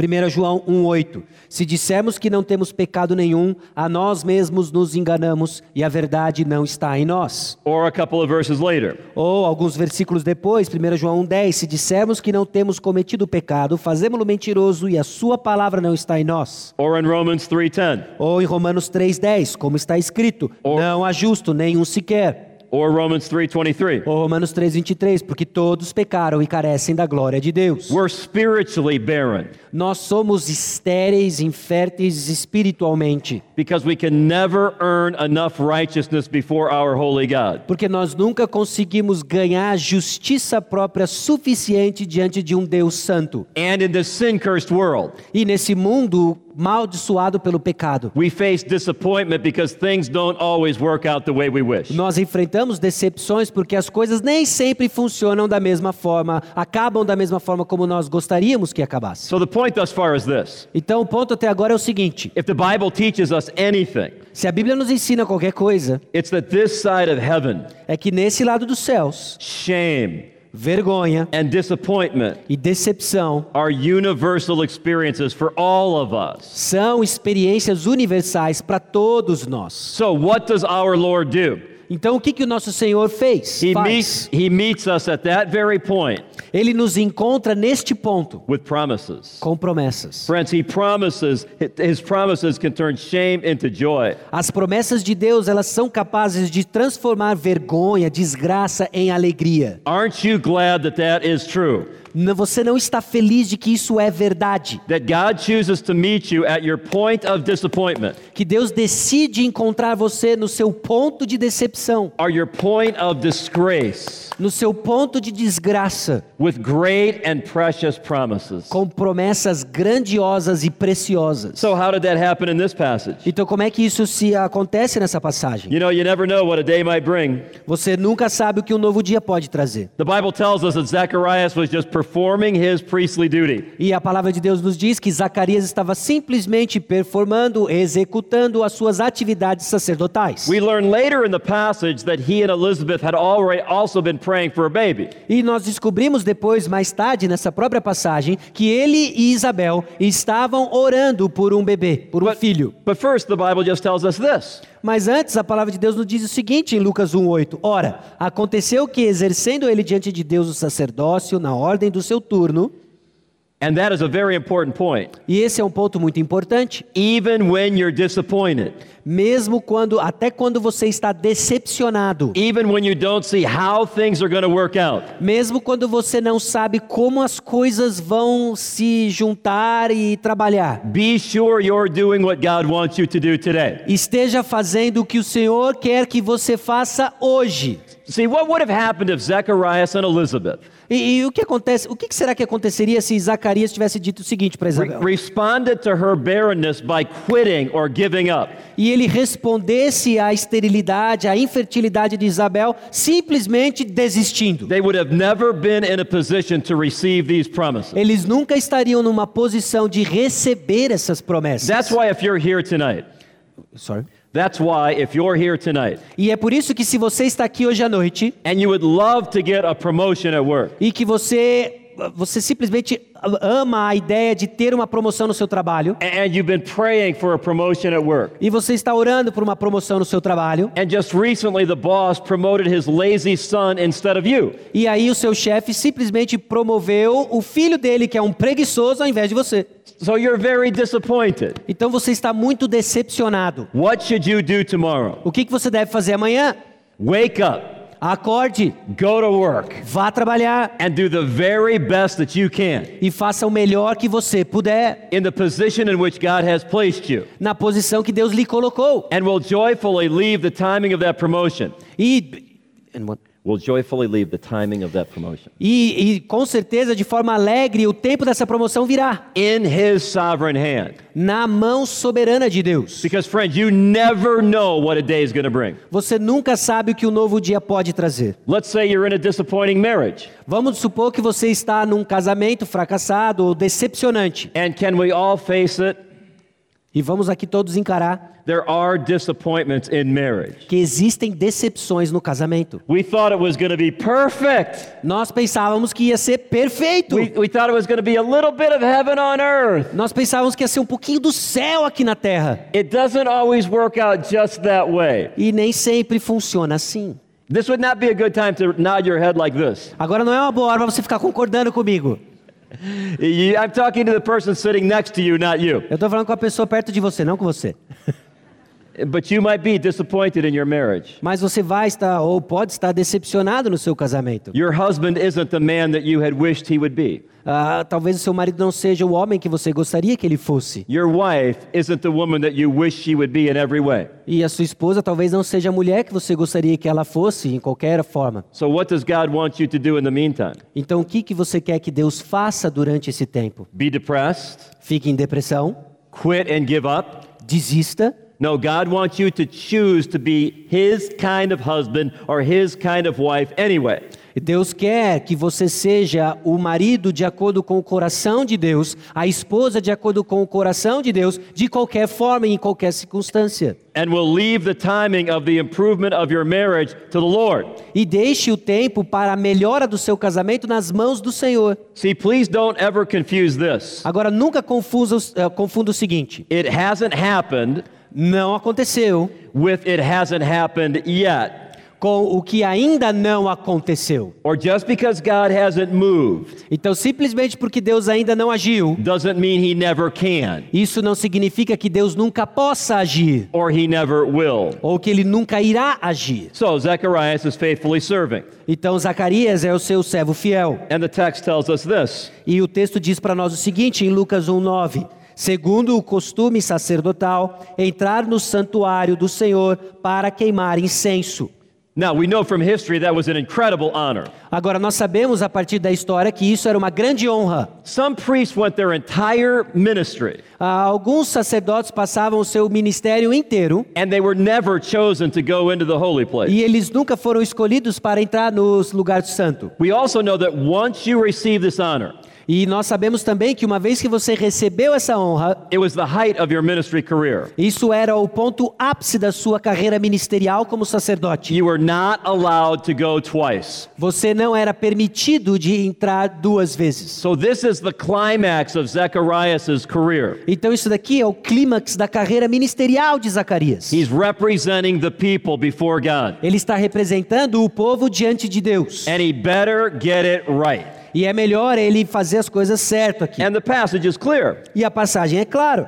1 João 1,8 Se dissermos que não temos pecado nenhum, a nós mesmos nos enganamos e a verdade não está em nós. or a couple of verses later. Ou alguns versículos depois, 1 João 1,10: Se dissermos que não temos cometido pecado, fazemos-lo mentiroso e a sua palavra não está em nós. Or in Romans 3:10, Ou em Romanos 3,10, como está escrito: Ou- Não há justo, nenhum sequer. or Romans 3:23. Ou Romanos 3:23, porque todos pecaram e carecem da glória de Deus. We're spiritually barren Nós somos estéreis, inférteis espiritualmente, because we can never earn enough righteousness before our holy God. porque nós nunca conseguimos ganhar justiça própria suficiente diante de um Deus santo. And in this sin-cursed world, E nesse mundo maldiçoado pelo pecado, we face disappointment because things don't always work out the way we wish. nós enfrentamos decepções porque as coisas nem sempre funcionam da mesma forma, acabam da mesma forma como nós gostaríamos que acabasse. So the point thus far is this. Então, o ponto até agora é o seguinte: If the Bible teaches us anything, se a Bíblia nos ensina qualquer coisa, it's that this side of heaven, é que nesse lado dos céus, shame vergonha and disappointment e decepção are universal experiences for all of us. são experiências universais para todos nós. So what does our Lord do? Então, o que, que o nosso Senhor fez? He Faz. meets, he meets us at that very point Ele nos encontra neste ponto with promises. com promessas. Friends, he promises, his promises can turn shame into joy. As promessas de Deus, elas são capazes de transformar vergonha, desgraça em alegria. Aren't you glad that that is true? N- Você não está feliz de que isso é verdade? That God chooses to meet you at your point of disappointment Que Deus decide encontrar você no seu ponto de decepção, or your point of disgrace no seu ponto de desgraça, with great and precious promises. com promessas grandiosas e preciosas. So, how did that happen in this passage? Então, como é que isso se acontece nessa passagem? You know, you never know what a day might bring. Você nunca sabe o que um novo dia pode trazer. The Bible tells us that Zacharias was just performing his priestly duty. E a palavra de Deus nos diz que Zacarias estava simplesmente performando, executando as suas atividades sacerdotais. We learn later in the passage that he and Elizabeth had already also been praying for a baby. E nós descobrimos depois, mais tarde, nessa própria passagem, que ele e Isabel estavam orando por um bebê, por um But, filho. but first, the Bible just tells us this Mas antes, a palavra de Deus nos diz o seguinte em Lucas 1,8: Ora, aconteceu que, exercendo ele diante de Deus o sacerdócio, na ordem do seu turno, And that is a very important point. e esse é um ponto muito importante, Even when you're disappointed, Mesmo quando, até quando você está decepcionado, even when you don't see how things are going to work out, mesmo quando você não sabe como as coisas vão se juntar e trabalhar, be sure you're doing what God wants you to do today. esteja fazendo o que o Senhor quer que você faça hoje. See, what would have happened if Zacharias and Elizabeth E, e o que acontece? O que que será que aconteceria se Zacarias tivesse dito o seguinte para re- Isabel? responded to her barrenness by quitting or giving up? E ele respondesse à esterilidade, à infertilidade de Isabel, simplesmente desistindo. They would have never been in a position to receive these promises. Eles nunca estariam numa posição de receber essas promessas. That's why, if you're here tonight, Sorry. that's why, if you're here tonight E é por isso que se você está aqui hoje à noite and you would love to get a promotion at work, e que você você simplesmente ama a ideia de ter uma promoção no seu trabalho and you've been praying for a promotion at work, e você está orando por uma promoção no seu trabalho And just recently, the boss promoted his lazy son instead of you. e aí o seu chefe simplesmente promoveu o filho dele que é um preguiçoso ao invés de você. So you're very disappointed. Então você está muito decepcionado. What should you do tomorrow? O que que você deve fazer amanhã? Wake up, Acorde, go to work, vá trabalhar and do the very best that you can e faça o melhor que você puder in the position in which God has placed you. na posição que Deus lhe colocou. And will joyfully leave the timing of that promotion. E And what- Will joyfully leave the timing of that promotion. E, e, com certeza, de forma alegre, o tempo dessa promoção virá In his sovereign hand. na mão soberana de Deus. Because, friends, you never know what a day is going to bring. Você nunca sabe o que o novo dia pode trazer. Let's say you're in a disappointing marriage. Vamos supor que você está num casamento fracassado ou decepcionante. And can we all face it? E vamos aqui todos encarar There are disappointments in marriage. que existem decepções no casamento. We thought it was going to be perfect. Nós pensávamos que ia ser perfeito. We, we thought it was going to be a little bit of heaven on earth. Nós pensávamos que ia ser um pouquinho do céu aqui na terra. It doesn't always work out just that way. E nem sempre funciona assim. This would not be a good time to nod your head like this. Agora não é uma boa hora para você ficar concordando comigo. You- I'm talking to the person sitting next to you, not you. Eu tô falando com a pessoa perto de você, não com você. But you might be disappointed in your marriage. Mas você vai estar ou pode estar decepcionado no seu casamento. Your husband isn't the man that you had wished he would be. Ah, talvez o seu marido não seja o homem que você gostaria que ele fosse. Your wife isn't the woman that you wish she would be in every way. E a sua esposa talvez não seja a mulher que você gostaria que ela fosse, em qualquer forma. So, what does God want you to do in the meantime? Então, o que, que você quer que Deus faça durante esse tempo? Be depressed, Fique em depressão? quit, and give up? Desista? No, God wants you to choose to be His kind of husband or His kind of wife anyway. Deus quer que você seja o marido de acordo com o coração de Deus, a esposa de acordo com o coração de Deus, de qualquer forma e em qualquer circunstância. And we'll leave the timing of the improvement of your marriage to the Lord. E deixe o tempo para a melhora do seu casamento nas mãos do Senhor. See, please don't ever confuse this. Agora, nunca confusa, os- eh, confunda o seguinte: It hasn't happened não aconteceu with it hasn't happened yet. com o que ainda não aconteceu. Or just because God hasn't moved Então, simplesmente porque Deus ainda não agiu, doesn't mean He never can isso não significa que Deus nunca possa agir or He never will. ou que ele nunca irá agir. So, Zacharias is faithfully serving. Então, Zacarias é o seu servo fiel. And the text tells us this E o texto diz para nós o seguinte, em Lucas 1:9, segundo o costume sacerdotal, entrar no santuário do Senhor para queimar incenso. Now, we know from history that was an incredible honor. Agora nós sabemos a partir da história que isso era uma grande honra. Some priests went their entire ministry Ah, Alguns sacerdotes passavam o seu ministério inteiro and they were never chosen to go into the holy place. e eles nunca foram escolhidos para entrar nos lugares santo. We also know that once you receive this honor, E nós sabemos também que uma vez que você recebeu essa honra, it was the height of your ministry career. isso era o ponto ápice da sua carreira ministerial como sacerdote. You were not allowed to go twice. Você não era permitido de entrar duas vezes. So, this is the climax of Zechariah's career. Então isso daqui é o clímax da carreira ministerial de Zacarias. He's representing the people before God. Ele está representando o povo diante de Deus. And he better get it right. E é melhor ele fazer as coisas certo aqui. And the passage is clear. E a passagem é claro.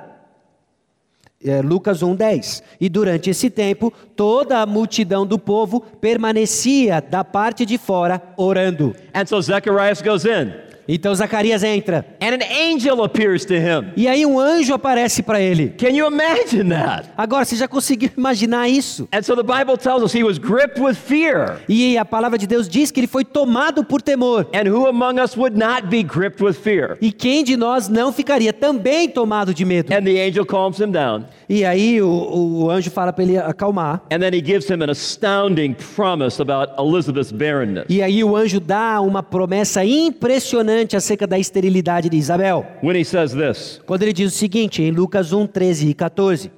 É Lucas 1:10. E durante esse tempo, toda a multidão do povo permanecia da parte de fora orando. And so Zechariah goes in, Então Zacarias entra. and an angel appears to him. E aí um anjo aparece para ele. Can you imagine that? Agora você já conseguiu [laughs] imaginar isso? And so the Bible tells us he was gripped with fear. E a palavra de Deus diz que ele foi tomado por temor. And who among us would not be gripped with fear? E quem de nós não ficaria também tomado de medo? And the angel calms him down, E aí o, o anjo fala para ele acalmar. and then he gives him an astounding promise about Elizabeth's barrenness. E aí o anjo dá uma promessa impressionante acerca da esterilidade de Isabel. When he says this, Quando ele diz o seguinte, em Lucas 1, 13 e 14: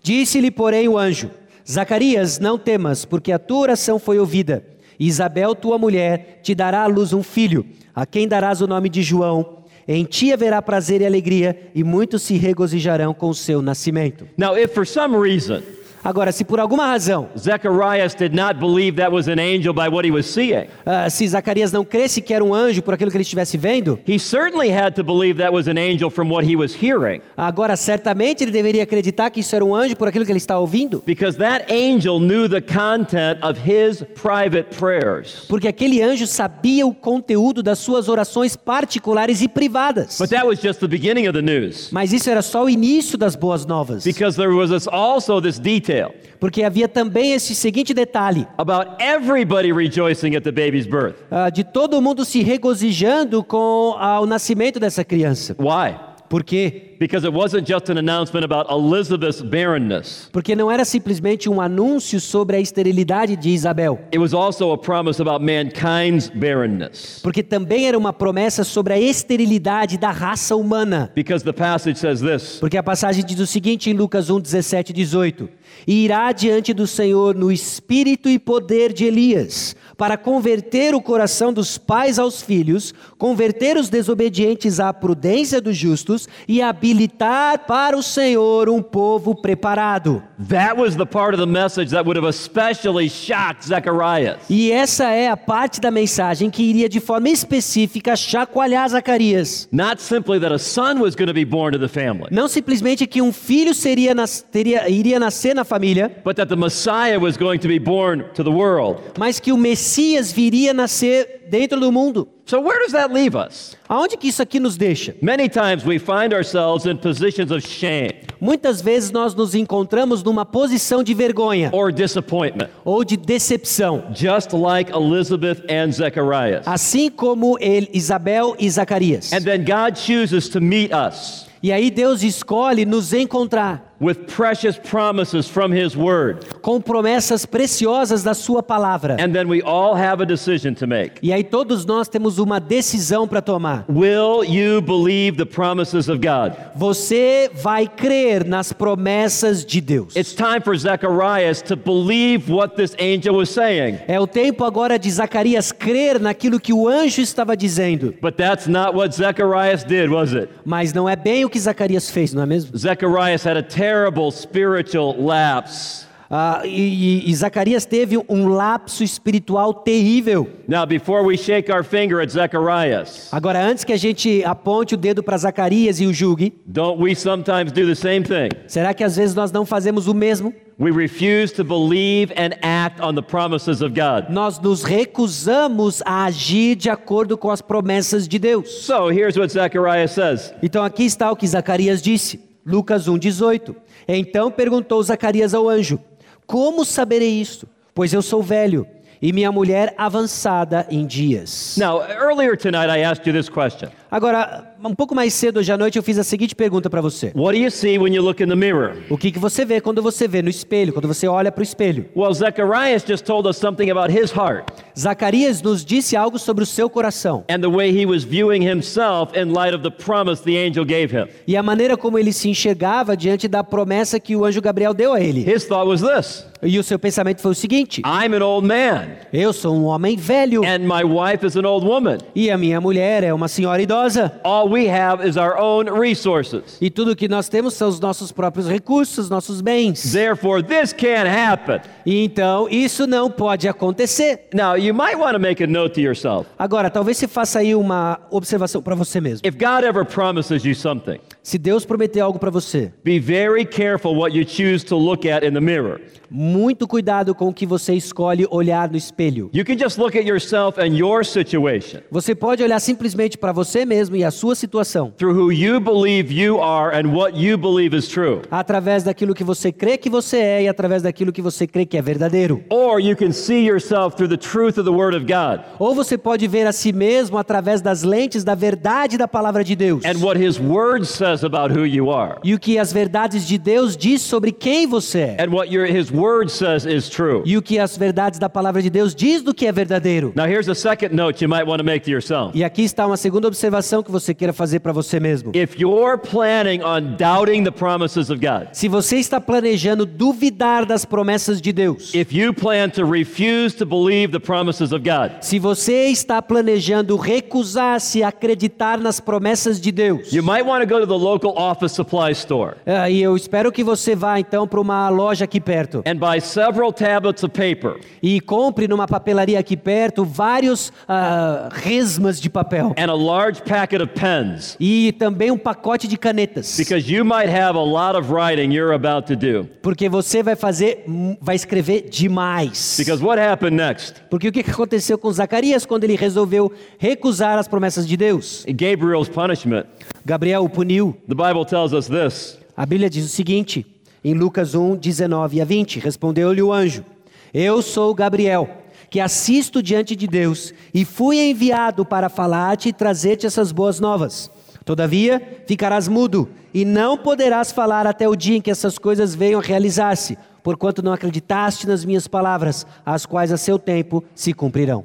Disse-lhe, porém, o anjo: Zacarias, não temas, porque a tua oração foi ouvida. Isabel, tua mulher, te dará à luz um filho, a quem darás o nome de João. Em ti haverá prazer e alegria, e muitos se regozijarão com o seu nascimento. now if for some reason Agora, se por alguma razão, Zechariah did not believe that was an angel by what he was seeing, ah, se Zacarias não cresce que era um anjo por aquilo que ele estivesse vendo, he certainly had to believe that was an angel from what he was hearing, agora certamente ele deveria acreditar que isso era um anjo por aquilo que ele está ouvindo. because that angel knew the content of his private prayers. Porque aquele anjo sabia o conteúdo das suas orações particulares e privadas. But that was just the beginning of the news. Mas isso era só o início das boas novas. Because there was this, also this detail Porque havia também esse seguinte detalhe: about everybody rejoicing at the baby's birth. ah, de todo mundo se regozijando com ah, o nascimento dessa criança. Why? Por quê? Because it wasn't just an announcement about Elizabeth's barrenness, Porque não era simplesmente um anúncio sobre a esterilidade de Isabel. it was also a promise about mankind's barrenness. Porque também era uma promessa sobre a esterilidade da raça humana. Because the passage says this Porque a passagem diz o seguinte em Lucas 1, 17 e 18: E irá diante do Senhor no espírito e poder de Elias, para converter o coração dos pais aos filhos, converter os desobedientes à prudência dos justos e habi- habilitar para o Senhor um povo preparado. That was the part of the message that would have especially shocked Zecharias. E essa é a parte da mensagem que iria de forma específica chacoalhar Zacarias. Not simply that a son was going to be born to the family, Não simplesmente que um filho seria nas- teria- iria nascer na família, but that the Messiah was going to be born to the world. mas que o Messias viria nascer dentro do mundo. So, where does that leave us? Aonde que isso aqui nos deixa? Many times we find ourselves in positions of shame Muitas vezes nós nos encontramos numa posição de vergonha or disappointment, ou de decepção, just like Elizabeth and Zecharias. assim como ele, Isabel e Zacarias. And then God chooses to meet us E aí Deus escolhe nos encontrar with precious promises from His Word. com promessas preciosas da sua palavra. And then we all have a decision to make. E aí todos nós temos uma decisão para tomar. Will you believe the promises of God? Você vai crer nas promessas de Deus. It's time for Zacharias to believe what this angel was saying. É o tempo agora de Zacarias crer naquilo que o anjo estava dizendo. But that's not what Zacharias did, was it? Mas não é bem o que Zacarias fez, não é mesmo? Zacharias had a terrible spiritual lapse. Ah, e, e- e Zacarias teve um lapso espiritual terrível. Now, before we shake our finger at Zacharias, Agora, antes que a gente aponte o dedo para Zacarias e o julgue, don't we sometimes do the same thing? será que às vezes nós não fazemos o mesmo? We refuse to believe and act on the promises of God. Nós nos recusamos a agir de acordo com as promessas de Deus. So here's what Zacharias says Então aqui está o que Zacarias disse, Lucas 1,18. Então perguntou Zacarias ao anjo: Como saberei isto? Pois eu sou velho e minha mulher avançada em dias. Now, earlier tonight, I asked you this question Agora, um pouco mais cedo hoje à noite, eu fiz a seguinte pergunta para você: What do you see when you look in the mirror? O que, que você vê quando você vê no espelho, quando você olha para o espelho? Well, Zacharias just told us something about his heart Zacarias nos disse algo sobre o seu coração and the way he was viewing himself in light of the promise the angel gave him. e a maneira como ele se enxergava diante da promessa que o anjo Gabriel deu a ele. His thought was this E o seu pensamento foi o seguinte: I'm an old man, Eu sou um homem velho. and my wife is an old woman. E a minha mulher é uma senhora idosa. All we have is our own resources. E tudo que nós temos são os nossos próprios recursos, nossos bens. Therefore, this can't happen. E então isso não pode acontecer. Now, you might want to make a note to yourself. Agora, talvez você faça aí uma observação para você mesmo. If God ever promises you something, Se Deus prometeu algo para você, be very careful what you choose to look at in the mirror. muito cuidado com o que você escolhe olhar no espelho. You can just look at yourself and your situation Você pode olhar simplesmente para você mesmo e a sua situação, through who you believe you are and what you believe is true. através daquilo que você crê que você é e através daquilo que você crê que é verdadeiro. Or you can see yourself through the truth of the Word of God Ou você pode ver a si mesmo através das lentes da verdade da palavra de Deus. and what His Word says about who you are e o que as verdades de Deus diz sobre quem você é and what your, His Word says is true. e o que as verdades da palavra de Deus diz do que é verdadeiro. Now, here's a second note you might want to make to yourself. E aqui está uma segunda observação que você queira fazer para você mesmo. If you're planning on doubting the promises of God, Se você está planejando duvidar das promessas de Deus, if you plan to refuse to believe the promises of God, se você está planejando recusar-se a acreditar nas promessas de Deus, you might want to go to the local office supply store ah, e eu espero que você vá então para uma loja aqui perto and buy several tablets of paper e compre numa papelaria aqui perto vários ah, resmas de papel and a large packet of pens e também um pacote de canetas. because you might have a lot of writing you're about to do. Porque você vai fazer, vai escrever demais. Because what happened next? Porque o que que aconteceu com Zacarias quando ele resolveu recusar as promessas de Deus? Gabriel's punishment. Gabriel o puniu. The Bible tells us this A Bíblia diz o seguinte, em Lucas 1, 19 a 20, respondeu-lhe o anjo: Eu sou Gabriel, que assisto diante de Deus, e fui enviado para falar-te e trazer-te essas boas novas. Todavia, ficarás mudo, e não poderás falar até o dia em que essas coisas venham a realizar-se, porquanto não acreditaste nas minhas palavras, as quais a seu tempo se cumprirão.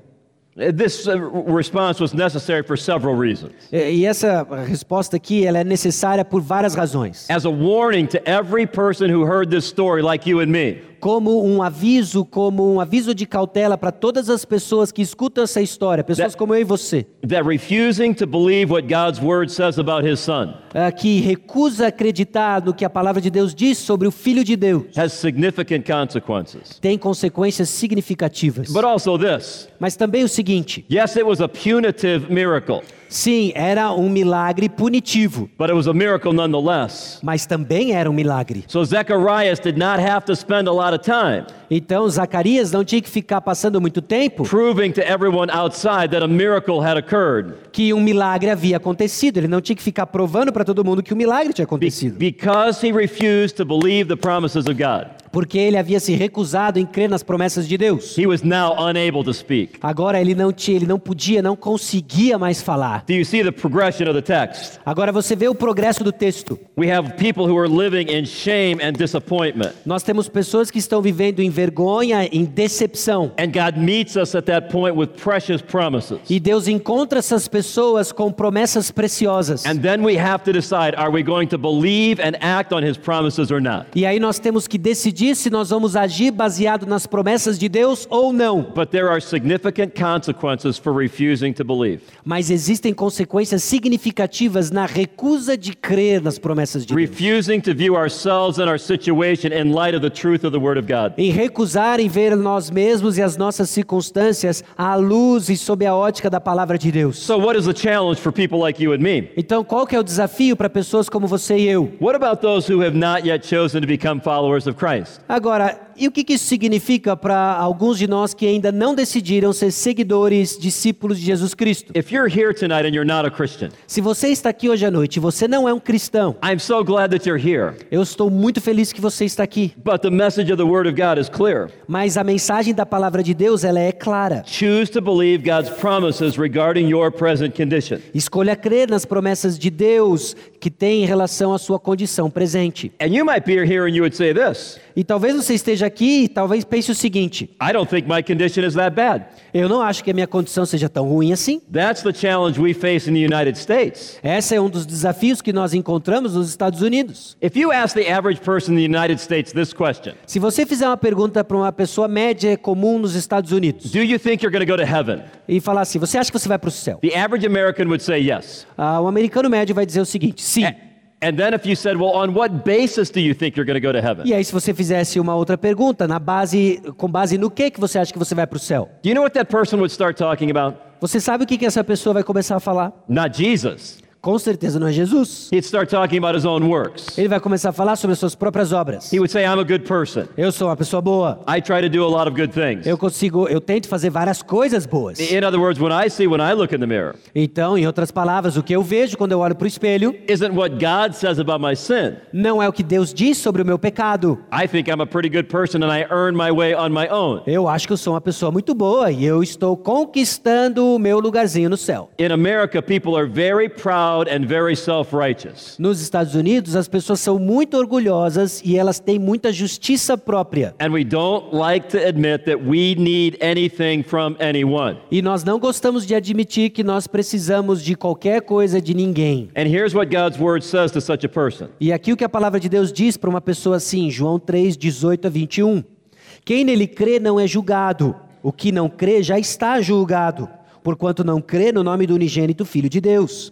This uh, response was necessary for several reasons. E e essa resposta aqui ela é necessária por várias razões. As a warning to every person who heard this story, like you and me, como um aviso, como um aviso de cautela para todas as pessoas que escutam essa história, pessoas como eu e você, that refusing to believe what God's word says about his son ah, que recusa acreditar no que a palavra de Deus diz sobre o Filho de Deus, has significant consequences. tem consequências significativas. But also this Mas também o seguinte: yes, it was a punitive miracle, sim, era um milagre punitivo, but it was a miracle nonetheless. mas também era um milagre. So Zechariah did not have to spend a lot of time Então Zacarias não tinha que ficar passando muito tempo proving to everyone outside that a miracle had occurred que um milagre havia acontecido, ele não tinha que ficar provando para todo mundo que o milagre tinha be- acontecido, because he refused to believe the promises of God. porque ele havia se recusado em crer nas promessas de Deus. He was now unable to speak. Agora ele não tinha, ele não podia, não conseguia mais falar. Do you see the progression of the text? Agora você vê o progresso do texto. We have people who are living in shame and disappointment. Nós temos pessoas que estão vivendo em vergonha, em decepção. And God meets us at that point with precious promises. E Deus encontra essas pessoas com promessas preciosas. And then we have to decide are we going to believe and act on his promises or not? E aí nós temos que decidir se nós vamos agir baseado nas promessas de Deus ou não. But there are significant consequences for refusing to believe. Mas existem consequências significativas na recusa de crer nas promessas de Deus. Refusing to view ourselves and our situation in light of the truth of the Word of God. Em recusar em ver nós mesmos e as nossas circunstâncias à luz e sob a ótica da palavra de Deus. So, what is the challenge for people like you and me? Então, qual que é o desafio para pessoas como você e eu? What about those who have not yet chosen to become followers of Christ? Agora, e o que, que isso significa para alguns de nós que ainda não decidiram ser seguidores, discípulos de Jesus Cristo? If you're here tonight and you're not a Christian, Se você está aqui hoje à noite e você não é um cristão, I'm so glad that you're here. eu estou muito feliz que você está aqui. But the message of the Word of God is clear. Mas a mensagem da palavra de Deus, ela é clara. Choose to believe God's promises regarding your present condition. Escolha crer nas promessas de Deus que tem em relação à sua condição presente. And you might be here and you would say this E talvez você esteja aqui e talvez pense o seguinte: I don't think my condition is that bad. eu não acho que a minha condição seja tão ruim assim. That's the challenge we face in the United States. Esse é um dos desafios que nós encontramos nos Estados Unidos. If you ask the average person in the United States this question Se você fizer uma pergunta para uma pessoa média comum nos Estados Unidos Do you think you're going to go to heaven? e falar assim: você acha que você vai para o céu? The average American would say yes. Ah, o americano médio vai dizer o seguinte: sim. A- And then if you said, Well, on what basis do you think you're going to go to heaven? E aí, se você fizesse uma outra pergunta, na base, com base no que que você acha que você vai para o céu? Do you know what that person would start talking about? Você sabe o que, que essa pessoa vai começar a falar? Not Jesus. Com certeza não é Jesus. He'd start talking about his own works. Ele vai começar a falar sobre as suas próprias obras. He would say, I'm a good person. Eu sou uma pessoa boa. I try to do a lot of good things. Eu consigo, eu tento fazer várias coisas boas. In other words, what I see when I look in the mirror Então, em outras palavras, o que eu vejo quando eu olho para o espelho isn't what God says about my sin. não é o que Deus diz sobre o meu pecado. I think I'm a pretty good person and I earn my way on my own. Eu acho que eu sou uma pessoa muito boa e eu estou conquistando o meu lugarzinho no céu. In America, people are very proud and very self righteous. Nos Estados Unidos, as pessoas são muito orgulhosas e elas têm muita justiça própria. And we don't like to admit that we need anything from anyone. E nós não gostamos de admitir que nós precisamos de qualquer coisa de ninguém. And here's what God's word says to such a person E aqui o que a palavra de Deus diz para uma pessoa assim, João 3, 18 a 21. Quem nele crê não é julgado, o que não crê já está julgado, porquanto não crê no nome do unigênito Filho de Deus.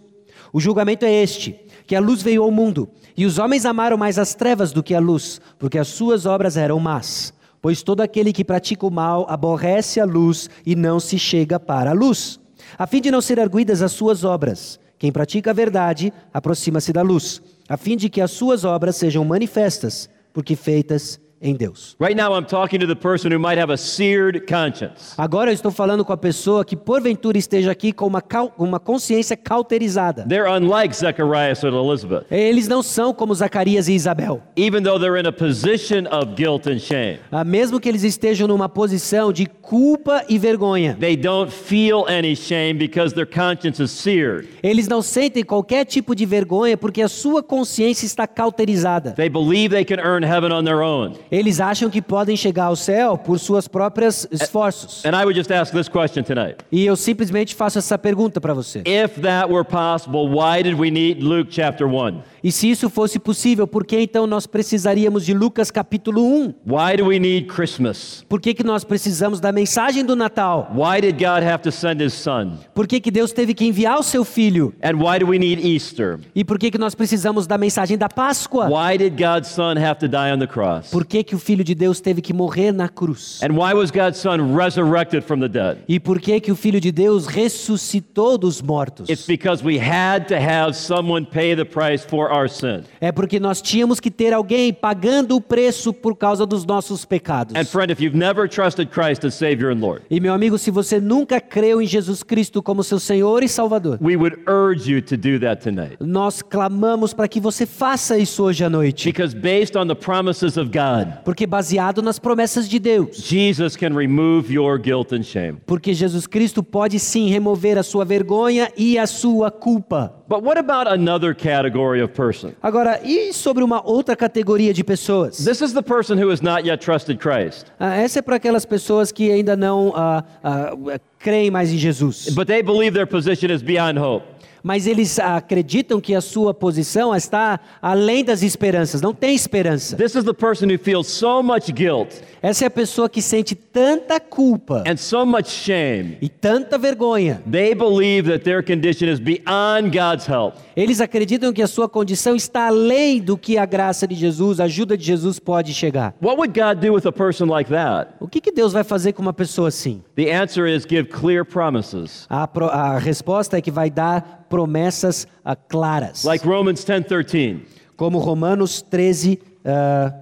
O julgamento é este, que a luz veio ao mundo, e os homens amaram mais as trevas do que a luz, porque as suas obras eram más. Pois todo aquele que pratica o mal aborrece a luz e não se chega para a luz, a fim de não ser arguidas as suas obras. Quem pratica a verdade aproxima-se da luz, a fim de que as suas obras sejam manifestas, porque feitas em Deus. Right now, I'm talking to the person who might have a seared conscience. Agora eu estou falando com a pessoa que porventura esteja aqui com uma, cau- uma consciência cauterizada. They're unlike Zacharias and Elizabeth, Eles não são como Zacarias e Isabel. even though they're in a position of guilt and shame. Ah, Mesmo que eles estejam numa posição de culpa e vergonha, They don't feel any shame because their conscience is seared. eles não sentem qualquer tipo de vergonha porque a sua consciência está cauterizada. They believe they can earn heaven on their own. Eles acham que podem chegar ao céu por suas próprias esforços. And I would just ask this question tonight. E eu simplesmente faço essa pergunta para você. If that were possible, why did we need Luke chapter 1? E se isso fosse possível, por que então nós precisaríamos de Lucas capítulo 1? Why do we need Christmas? Por que, que nós precisamos da mensagem do Natal? Why did God have to send his son? Por que, que Deus teve que enviar o seu filho? And why do we need Easter? E por que, que nós precisamos da mensagem da Páscoa? Why did God's son have to die on the cross? Por que, que o filho de Deus teve que morrer na cruz? And why was God's son resurrected from the dead? E por que, que o filho de Deus ressuscitou dos mortos? It's because we had to have someone pay the price for our sin. É porque nós tínhamos que ter alguém pagando o preço por causa dos nossos pecados. And friend, if you've never trusted Christ as Savior and Lord, E meu amigo, se você nunca creu em Jesus Cristo como seu Senhor e Salvador, we would urge you to do that tonight. nós clamamos para que você faça isso hoje à noite. Because based on the promises of God, Porque baseado nas promessas de Deus, Jesus can remove your guilt and shame. porque Jesus Cristo pode sim remover a sua vergonha e a sua culpa. But what about another category of person? Agora, e sobre uma outra categoria de pessoas? This is the person who has not yet trusted Christ, Ah, essa é para aquelas pessoas que ainda não ah, ah, creem mais em Jesus, but they believe their position is beyond hope. mas eles acreditam que a sua posição está além das esperanças, não tem esperança. This is the person who feels so much guilt Essa é a pessoa que sente tanta culpa and so much shame. e tanta vergonha. They believe that their condition is beyond God's help. Eles acreditam que a sua condição está além do que a graça de Jesus, a ajuda de Jesus pode chegar. What would God do with a person like that? O que, que Deus vai fazer com uma pessoa assim? The answer is give clear promises. A, pro- a resposta é que vai dar promessas ah, claras. Like Romans 10:13. Como Romanos 13. ah,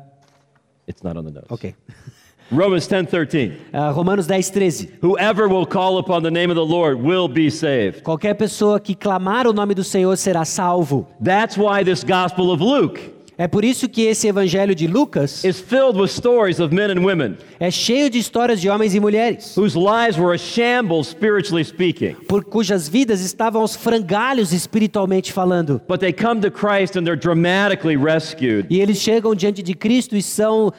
It's not on the notes. ok. Romans 10:13. Ah, Romanos 10, 13. Whoever will call upon the name of the Lord will be saved. Qualquer pessoa que clamar o nome do Senhor será salvo. That's why this Gospel of Luke É por isso que esse evangelho de Lucas is filled with stories of men and women é cheio de histórias de homens e mulheres. whose lives were a shambles spiritually speaking. por cujas vidas estavam aos frangalhos espiritualmente falando. But they come to Christ and they're dramatically rescued. E eles chegam diante de Cristo e são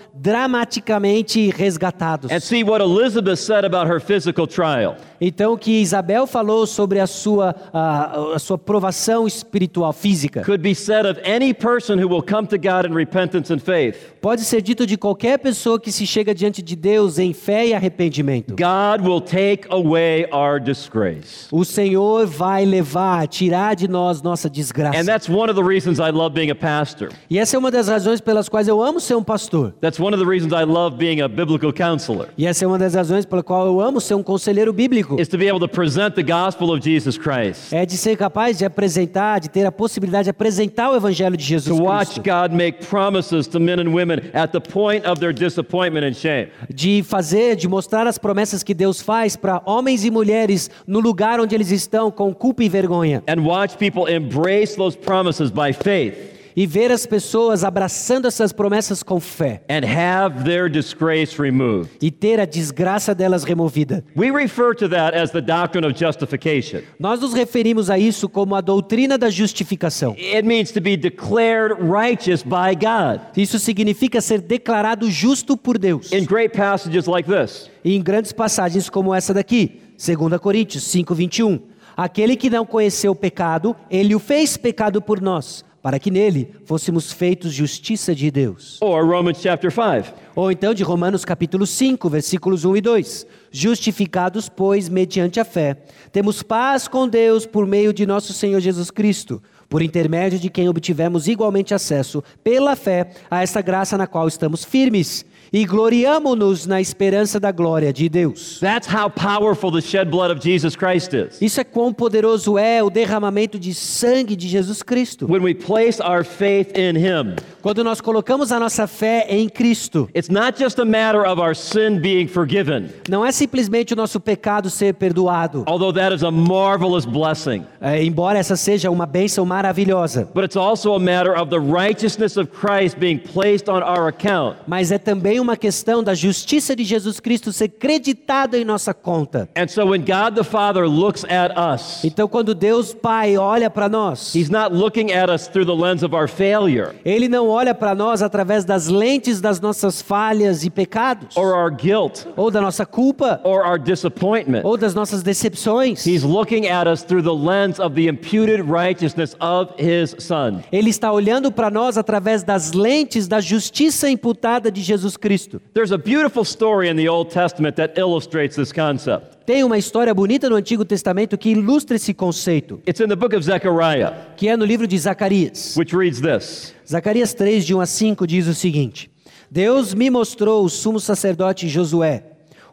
dramaticamente resgatados. And see what Elizabeth said about her physical trial. Então, o que Isabel falou sobre a sua, a, a sua provação espiritual, física, Could be said of any person who will come to God in repentance and faith. pode ser dito de qualquer pessoa que se chega diante de Deus em fé e arrependimento. God will take away our disgrace. O Senhor vai levar, tirar de nós nossa And desgraça. that's one of the reasons I love being a pastor. E essa é uma das razões pelas quais eu amo ser um pastor. That's one of the reasons I love being a biblical counselor. E essa é uma das razões pela qual eu amo ser um conselheiro bíblico. Is to be able to present the gospel of Jesus Christ. é de ser capaz de apresentar, de ter a possibilidade de apresentar o evangelho de To Jesus watch Cristo, God make promises to men and women at the point of their disappointment and shame. de fazer, de mostrar as promessas que Deus faz para homens e mulheres no lugar onde eles estão com culpa e vergonha, And watch people embrace those promises by faith. e ver as pessoas abraçando essas promessas com fé and have their disgrace removed. e ter a desgraça delas removida. We refer to that as the doctrine of justification. Nós nos referimos a isso como a doutrina da justificação. It means to be declared righteous by God. Isso significa ser declarado justo por Deus. In great passages like this, E em grandes passagens como essa daqui, 2 Coríntios 5:21, aquele que não conheceu o pecado, ele o fez pecado por nós, para que nele fôssemos feitos justiça de Deus. or Romans chapter 5. Ou então de Romanos capítulo 5, versículos 1 e 2. Justificados, pois, mediante a fé, temos paz com Deus por meio de nosso Senhor Jesus Cristo, por intermédio de quem obtivemos igualmente acesso, pela fé, a esta graça na qual estamos firmes, e gloriamo-nos na esperança da glória de Deus. That's how powerful the shed blood of Jesus Christ is. Isso é quão poderoso é o derramamento de sangue de Jesus Cristo. When we place our faith in Him, Quando nós colocamos a nossa fé em Cristo, it's not just a matter of our sin being forgiven, não é simplesmente o nosso pecado ser perdoado, although that is a marvelous blessing, é, embora essa seja uma bênção maravilhosa, but it's also a matter of the righteousness of Christ being placed on our account. mas é também também uma questão da justiça de Jesus Cristo ser creditada em nossa conta. And so when God the Father looks at us, Então, quando Deus Pai olha para nós, He's not looking at us through the lens of our failure Ele não olha para nós através das lentes das nossas falhas e pecados, or our guilt ou da nossa culpa, or our disappointment. ou das nossas decepções. He's looking at us through the lens of the imputed righteousness of His Son. Ele está olhando para nós através das lentes da justiça imputada de Jesus Cristo. There's a beautiful story in the Old Testament that illustrates this concept. Tem uma história bonita no Antigo Testamento que ilustra esse conceito, It's in the book of Zechariah, que é no livro de Zacarias. which reads this Zacarias 3, de 1 a 5, diz o seguinte: Deus me mostrou o sumo sacerdote Josué,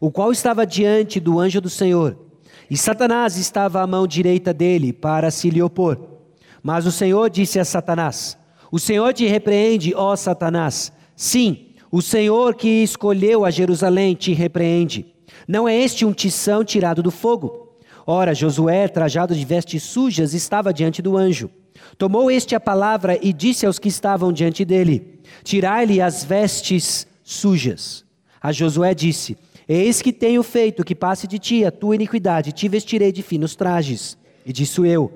o qual estava diante do anjo do Senhor, e Satanás estava à mão direita dele para se lhe opor. Mas o Senhor disse a Satanás: O Senhor te repreende, ó Satanás. Sim, o Senhor que escolheu a Jerusalém te repreende. Não é este um tição tirado do fogo? Ora, Josué, trajado de vestes sujas, estava diante do anjo. Tomou este a palavra e disse aos que estavam diante dele: Tirai-lhe as vestes sujas. A Josué disse: Eis que tenho feito que passe de ti a tua iniquidade, te vestirei de finos trajes. E disse eu: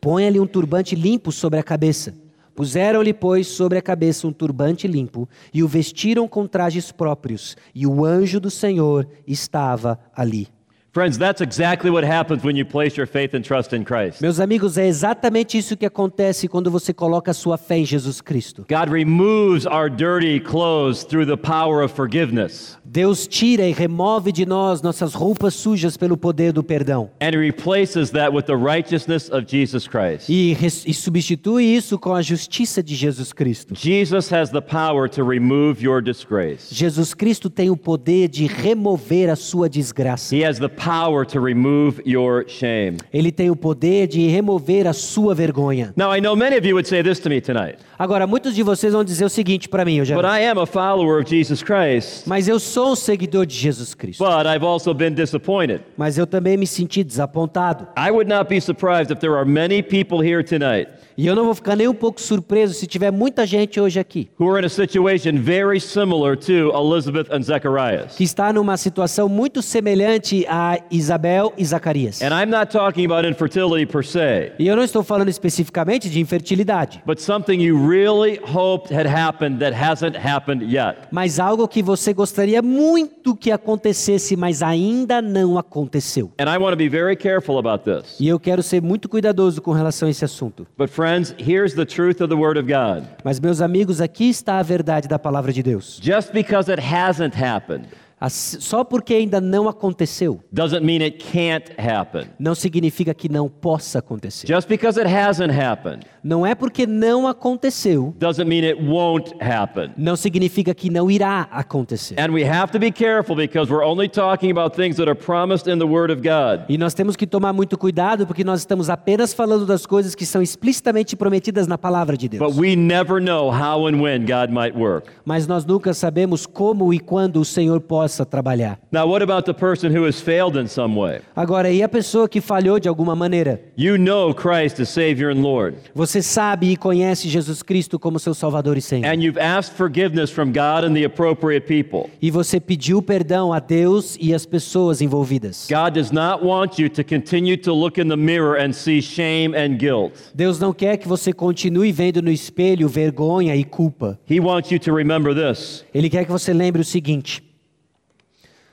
Ponha-lhe um turbante limpo sobre a cabeça. Puseram-lhe, pois, sobre a cabeça um turbante limpo e o vestiram com trajes próprios, e o anjo do Senhor estava ali. Friends, that's exactly what happens when you place your faith and trust in Christ. Meus amigos, é exatamente isso que acontece quando você coloca a sua fé em Jesus Cristo. God removes our dirty clothes through the power of forgiveness, Deus tira e remove de nós nossas roupas sujas pelo poder do perdão and He replaces that with the righteousness of Jesus Christ. e, res- e substitui isso com a justiça de Jesus Cristo. Jesus has the power to remove your disgrace, Jesus Cristo tem o poder de remover a sua desgraça. He has the power to remove your shame. Ele tem o poder de remover a sua vergonha. Now, I know many of you would say this to me tonight, Agora, muitos de vocês vão dizer o seguinte para mim, eu but já. I am a follower of Jesus Christ, Mas eu sou um seguidor de Jesus Cristo. but I've also been disappointed. Mas eu também me senti desapontado. I would not be surprised if there are many people here tonight E eu não vou ficar nem um pouco surpreso se tiver muita gente hoje aqui who are in a situation very similar to Elizabeth and Zacharias. que está numa situação muito semelhante a Isabel e Zacarias. And I'm not talking about infertility per se, E eu não estou falando especificamente de infertilidade, but something you really hoped had happened that hasn't happened yet. mas algo que você gostaria muito que acontecesse, mas ainda não aconteceu. And I want to be very careful about this. E eu quero ser muito cuidadoso com relação a esse assunto. But, friends, here's the truth of the Word of God. Mas, meus amigos, aqui está a verdade da palavra de Deus. Just because it hasn't happened As- Só porque ainda não aconteceu, doesn't mean it can't happen. não significa que não possa acontecer. Just because it hasn't happened Não é porque não aconteceu, doesn't mean it won't happen. não significa que não irá acontecer. And we have to be careful because we're only talking about things that are promised in the Word of God. E nós temos que tomar muito cuidado porque nós estamos apenas falando das coisas que são explicitamente prometidas na palavra de But Deus. we never know how and when God might work. Mas nós nunca sabemos como e quando o Senhor possa trabalhar. Now, what about the person who has failed in some way? Agora, e a pessoa que falhou de alguma maneira? You know Christ is Savior and Lord, Você sabe e conhece Jesus Cristo como seu Salvador e Senhor. and you've asked forgiveness from God and the appropriate people. E você pediu perdão a Deus e as pessoas envolvidas. God does not want you to continue to look in the mirror and see shame and guilt. Deus não quer que você continue vendo no espelho vergonha e culpa. He wants you to remember this Ele quer que você lembre o seguinte: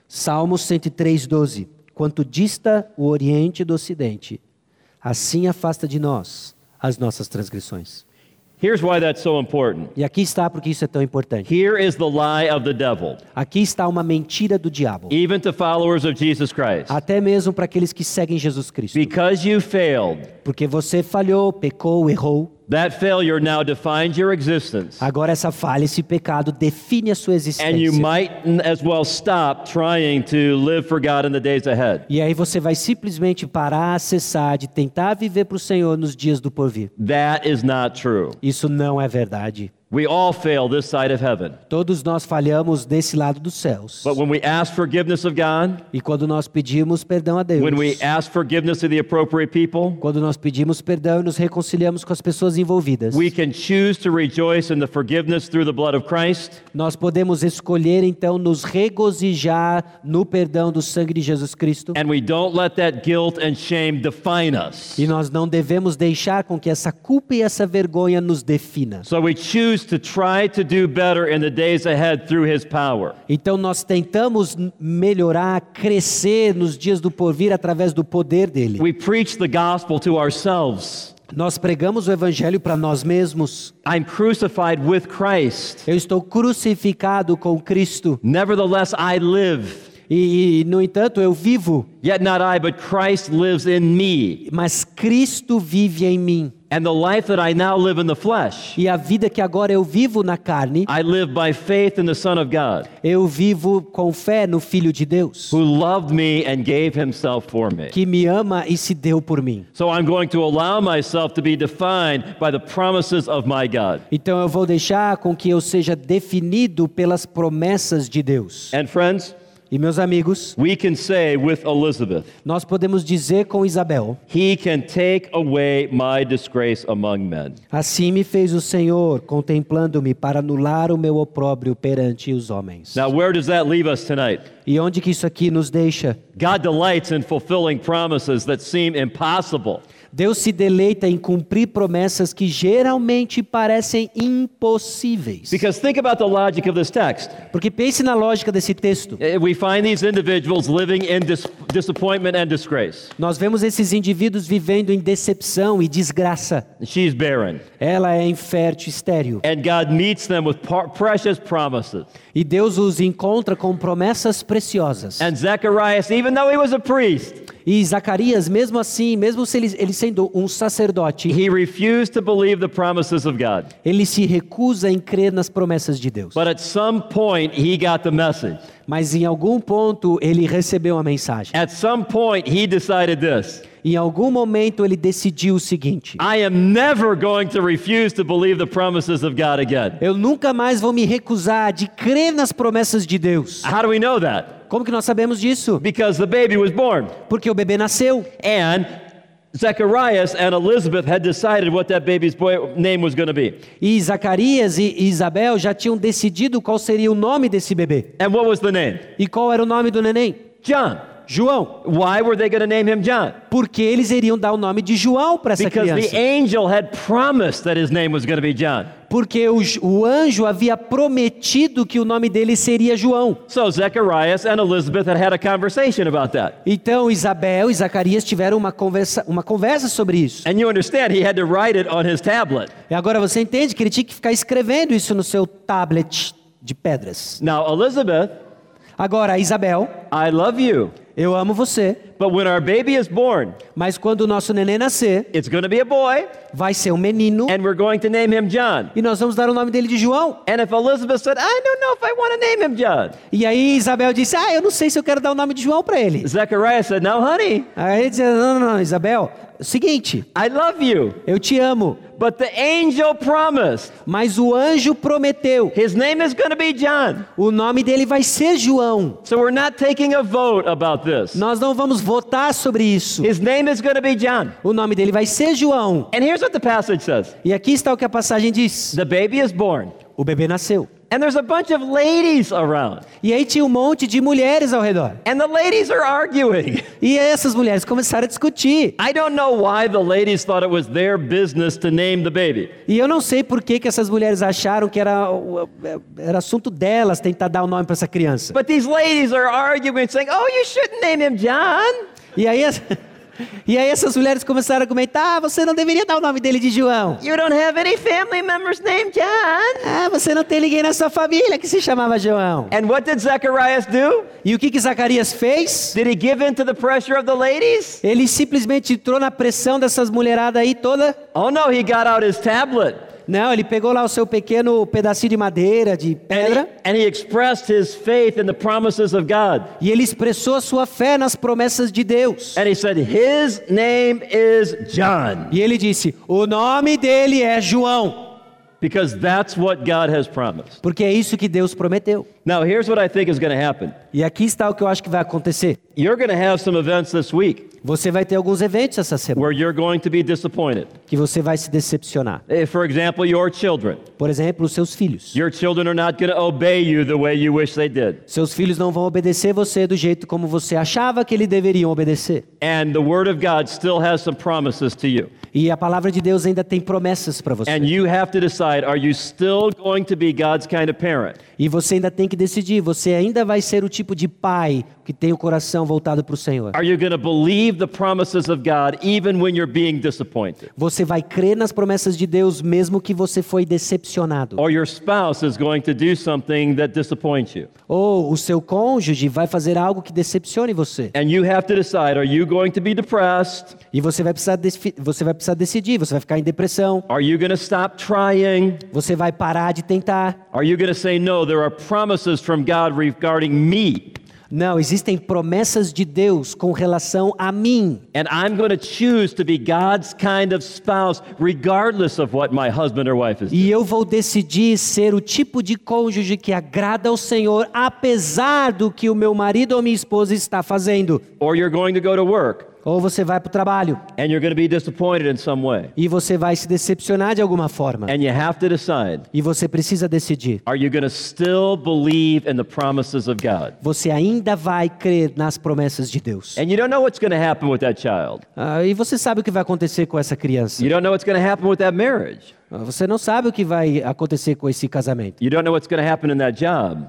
Salmo 103:12. Quanto dista o Oriente do Ocidente, assim afasta de nós as nossas transgressões. Here's why that's so important. E aqui está porque isso é tão importante. Here is the lie of the devil, Aqui está uma mentira do diabo, even to followers of Jesus Christ. até mesmo para aqueles que seguem Jesus Cristo. Because you failed, Porque você falhou, pecou, errou. that failure now defines your existence, Agora essa falha, esse pecado define a sua and you existência. might n- as well stop trying to live for God in the days ahead. E aí você vai simplesmente parar, acessar, de tentar viver para o Senhor nos dias do porvir. That is not true. Isso não é verdade. We all fail this side of heaven. Todos nós falhamos desse lado dos céus. But when we ask forgiveness of God, E quando nós pedimos perdão a Deus, when we ask forgiveness of the appropriate people, quando nós pedimos perdão e nos reconciliamos com as pessoas envolvidas, we can choose to rejoice in the forgiveness through the blood of Christ nós podemos escolher então nos regozijar no perdão do sangue de Jesus Cristo. and we don't let that guilt and shame define us. E nós não devemos deixar com que essa culpa e essa vergonha nos defina. So we choose to try to do better in the days ahead through his power. Então nós tentamos n- melhorar, crescer nos dias do porvir através do poder dele. We preach the gospel to ourselves. Nós pregamos o evangelho para nós mesmos. I'm crucified with Christ. Eu estou crucificado com Cristo Nevertheless, I live. e, e, no entanto eu vivo, Yet not I, but Christ lives in me. mas Cristo vive em mim. And the life that I now live in the flesh, E a vida que agora eu vivo na carne, I live by faith in the Son of God, eu vivo com fé no filho de Deus, who loved me and gave himself for me. que me ama e se deu por mim. So I'm going to allow myself to be defined by the promises of my God. Então eu vou deixar com que eu seja definido pelas promessas de Deus. And friends, E meus amigos, we can say with Elizabeth, nós podemos dizer com Isabel: He can take away my disgrace among men. Assim me fez o Senhor, contemplando-me para anular o meu opróbrio perante os homens. Now, where does that leave us tonight? E onde que isso aqui nos deixa? God delights in fulfilling promises that seem impossible. Deus se deleita em cumprir promessas que geralmente parecem impossíveis. Because think about the logic of this text. Porque pense na lógica desse texto. Eh, We find these individuals living in dis- disappointment and disgrace. Nós vemos esses indivíduos vivendo em decepção e desgraça. She's barren. Ela é infértil, estéril. And God meets them with par- precious promises. E Deus os encontra com promessas preciosas. And Zacharias, even though he was a priest, E Zacarias, mesmo assim, mesmo se ele, ele sendo um sacerdote, he refused to believe the promises of God. ele se recusa em crer nas promessas de Deus. But at some point, he got the message. Mas em algum ponto ele recebeu a mensagem. At some point, he decided this Em algum momento ele decidiu o seguinte: I am never going to refuse to believe the promises of God again. Eu nunca mais vou me recusar de crer nas promessas de Deus. How do we know that? Ah, Como que nós sabemos disso? Because the baby was born. Porque o bebê nasceu. And Zacharias and Elizabeth had decided what that baby's boy name was going to be. E Zacarias e Isabel já tinham decidido qual seria o nome desse bebê. And what was the name? E qual era o nome do neném? John. João. Why were they going to name him John? Porque eles iriam dar o nome de João para essa Because the criança. angel had promised that his name was going to be John. Porque o, J- o anjo havia prometido que o nome dele seria João. So Zacharias and Elizabeth had had a conversation about that. Então Isabel e Zacarias tiveram uma conversa, uma conversa sobre isso. And you understand he had to write it on his tablet. E agora você entende que ele tinha que ficar escrevendo isso no seu tablet de pedras. Now, Elizabeth, Agora, Isabel, I love you. eu amo você, But when our baby is born, mas quando o nosso neném nascer, it's going to be a boy, vai ser um menino and we're going to name him John. e nós vamos dar o nome dele de João. And if Elizabeth said, I don't know if I want to name him John, E aí Isabel disse: "Ah, eu não sei se eu quero dar o nome de João para ele". Zechariah said, No, honey, Aí ele disse: "Não, não, não, Isabel, seguinte, I love you. eu te amo, But the angel promised mas o anjo prometeu. his name is going to be John. O nome dele vai ser João. So we're not taking a vote about this. Nós não vamos votar sobre isso. His name is going to be John. O nome dele vai ser João. And here's what the passage says E aqui está o que a passagem diz. The baby is born, O bebê nasceu. and there's a bunch of ladies around, E aí tinha um monte de mulheres ao redor. and the ladies are arguing. [laughs] E essas mulheres começaram a discutir. I don't know why the ladies thought it was their business to name the baby. E eu não sei por que, que essas mulheres acharam que era, o- era assunto delas tentar dar o nome para essa criança. But these ladies are arguing, saying, Oh, you shouldn't name him John. E aí, as- [laughs] e aí essas mulheres começaram a comentar: ah, você não deveria dar o nome dele de João. You don't have any family members named John. Ah, você não tem ninguém na sua família que se chamava João. And what did Zacharias do? E o que, que Zacarias fez? Did he give in to the pressure of the ladies? Ele simplesmente entrou na pressão dessas mulheradas aí toda. Oh no, he got out his tablet Não, ele pegou lá o seu pequeno pedacinho de madeira, de and he, pedra. and he expressed his faith in the promises of God. E ele expressou a sua fé nas promessas de Deus. And he said, His name is John. E ele disse: O nome dele é João. because that's what God has promised. porque é isso que Deus prometeu. Now, here's what I think is going to happen E aqui está o que eu acho que vai acontecer. you're going to have some events this week Você vai ter alguns eventos essa semana where you're going to be disappointed. que você vai se decepcionar. Eh, For example, your children. Por exemplo, os seus filhos. Your children are not going to obey you the way you wish they did. Seus filhos não vão obedecer você do jeito como você achava que eles deveriam obedecer. And the Word of God still has some promises to you. E a palavra de Deus ainda tem promessas para você. And you have to decide are you still going to be God's kind of parent? E você ainda tem que decidir, você ainda vai ser o tipo de pai que tem o coração voltado para o Senhor. Are you going to believe the promises of God even when you're being disappointed? Você vai crer nas promessas de Deus mesmo que você foi decepcionado. Or your spouse is going to do something that disappoints you. Ou o seu cônjuge vai fazer algo que decepcione você. And you have to decide are you going to be depressed? E você vai precisar desfi- você vai precisar decidir, você vai ficar em depressão, Are you going to stop trying? você vai parar de tentar. Are you going to say, no, there are promises from God regarding me, Não, existem promessas de Deus com relação a mim. and I'm going to choose to be God's kind of spouse regardless of what my husband or wife is? doing." E eu vou decidir ser o tipo de cônjuge que agrada ao Senhor, apesar do que o meu marido ou minha esposa está fazendo. Or you're going to go to work Ou você vai para o trabalho and you're going to be disappointed in some way. e você vai se decepcionar de alguma forma. And you have to decide E você precisa decidir. are you going to still believe in the promises of God? Você ainda vai crer nas promessas de Deus. And you don't know what's going to happen with that child. Ah, e você sabe o que vai acontecer com essa criança. You don't know what's going to happen with that marriage. Ah, Você não sabe o que vai acontecer com esse casamento. You don't know what's going to happen in that job.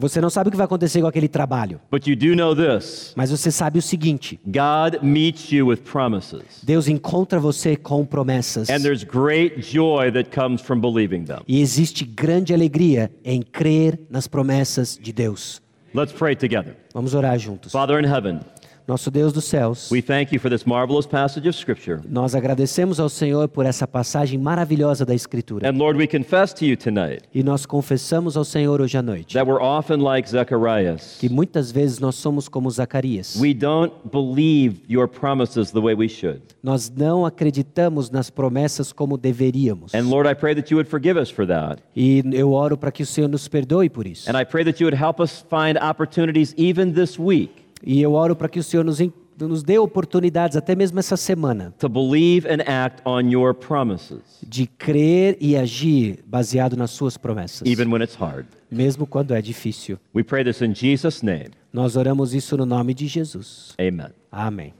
Você não sabe o que vai acontecer com aquele trabalho. But you do know this Mas você sabe o seguinte: God meets you with promises. Deus encontra você com promessas. And there's great joy that comes from believing them. E existe grande alegria em crer nas promessas de Deus. Let's pray together. Vamos orar juntos. Father in heaven, Nosso Deus dos céus, we thank you for this marvelous passage of Scripture. nós agradecemos ao Senhor por essa passagem maravilhosa da Escritura. And Lord, we confess to you tonight E nós confessamos ao Senhor hoje à noite that we're often like Zacharias. que muitas vezes nós somos como Zacarias. We don't believe your promises the way we should. Nós não acreditamos nas promessas como deveríamos. And Lord, I pray that you would forgive us for that. E eu oro para que o Senhor nos perdoe por isso. And I pray that you would help us find opportunities even this week E eu oro para que o Senhor nos, en- nos dê oportunidades, até mesmo essa semana, to believe and act on your promises, de crer e agir baseado nas Suas promessas. even when it's hard. mesmo quando é difícil. We pray this in Jesus' name. Nós oramos isso no nome de Jesus. Amen. Amém.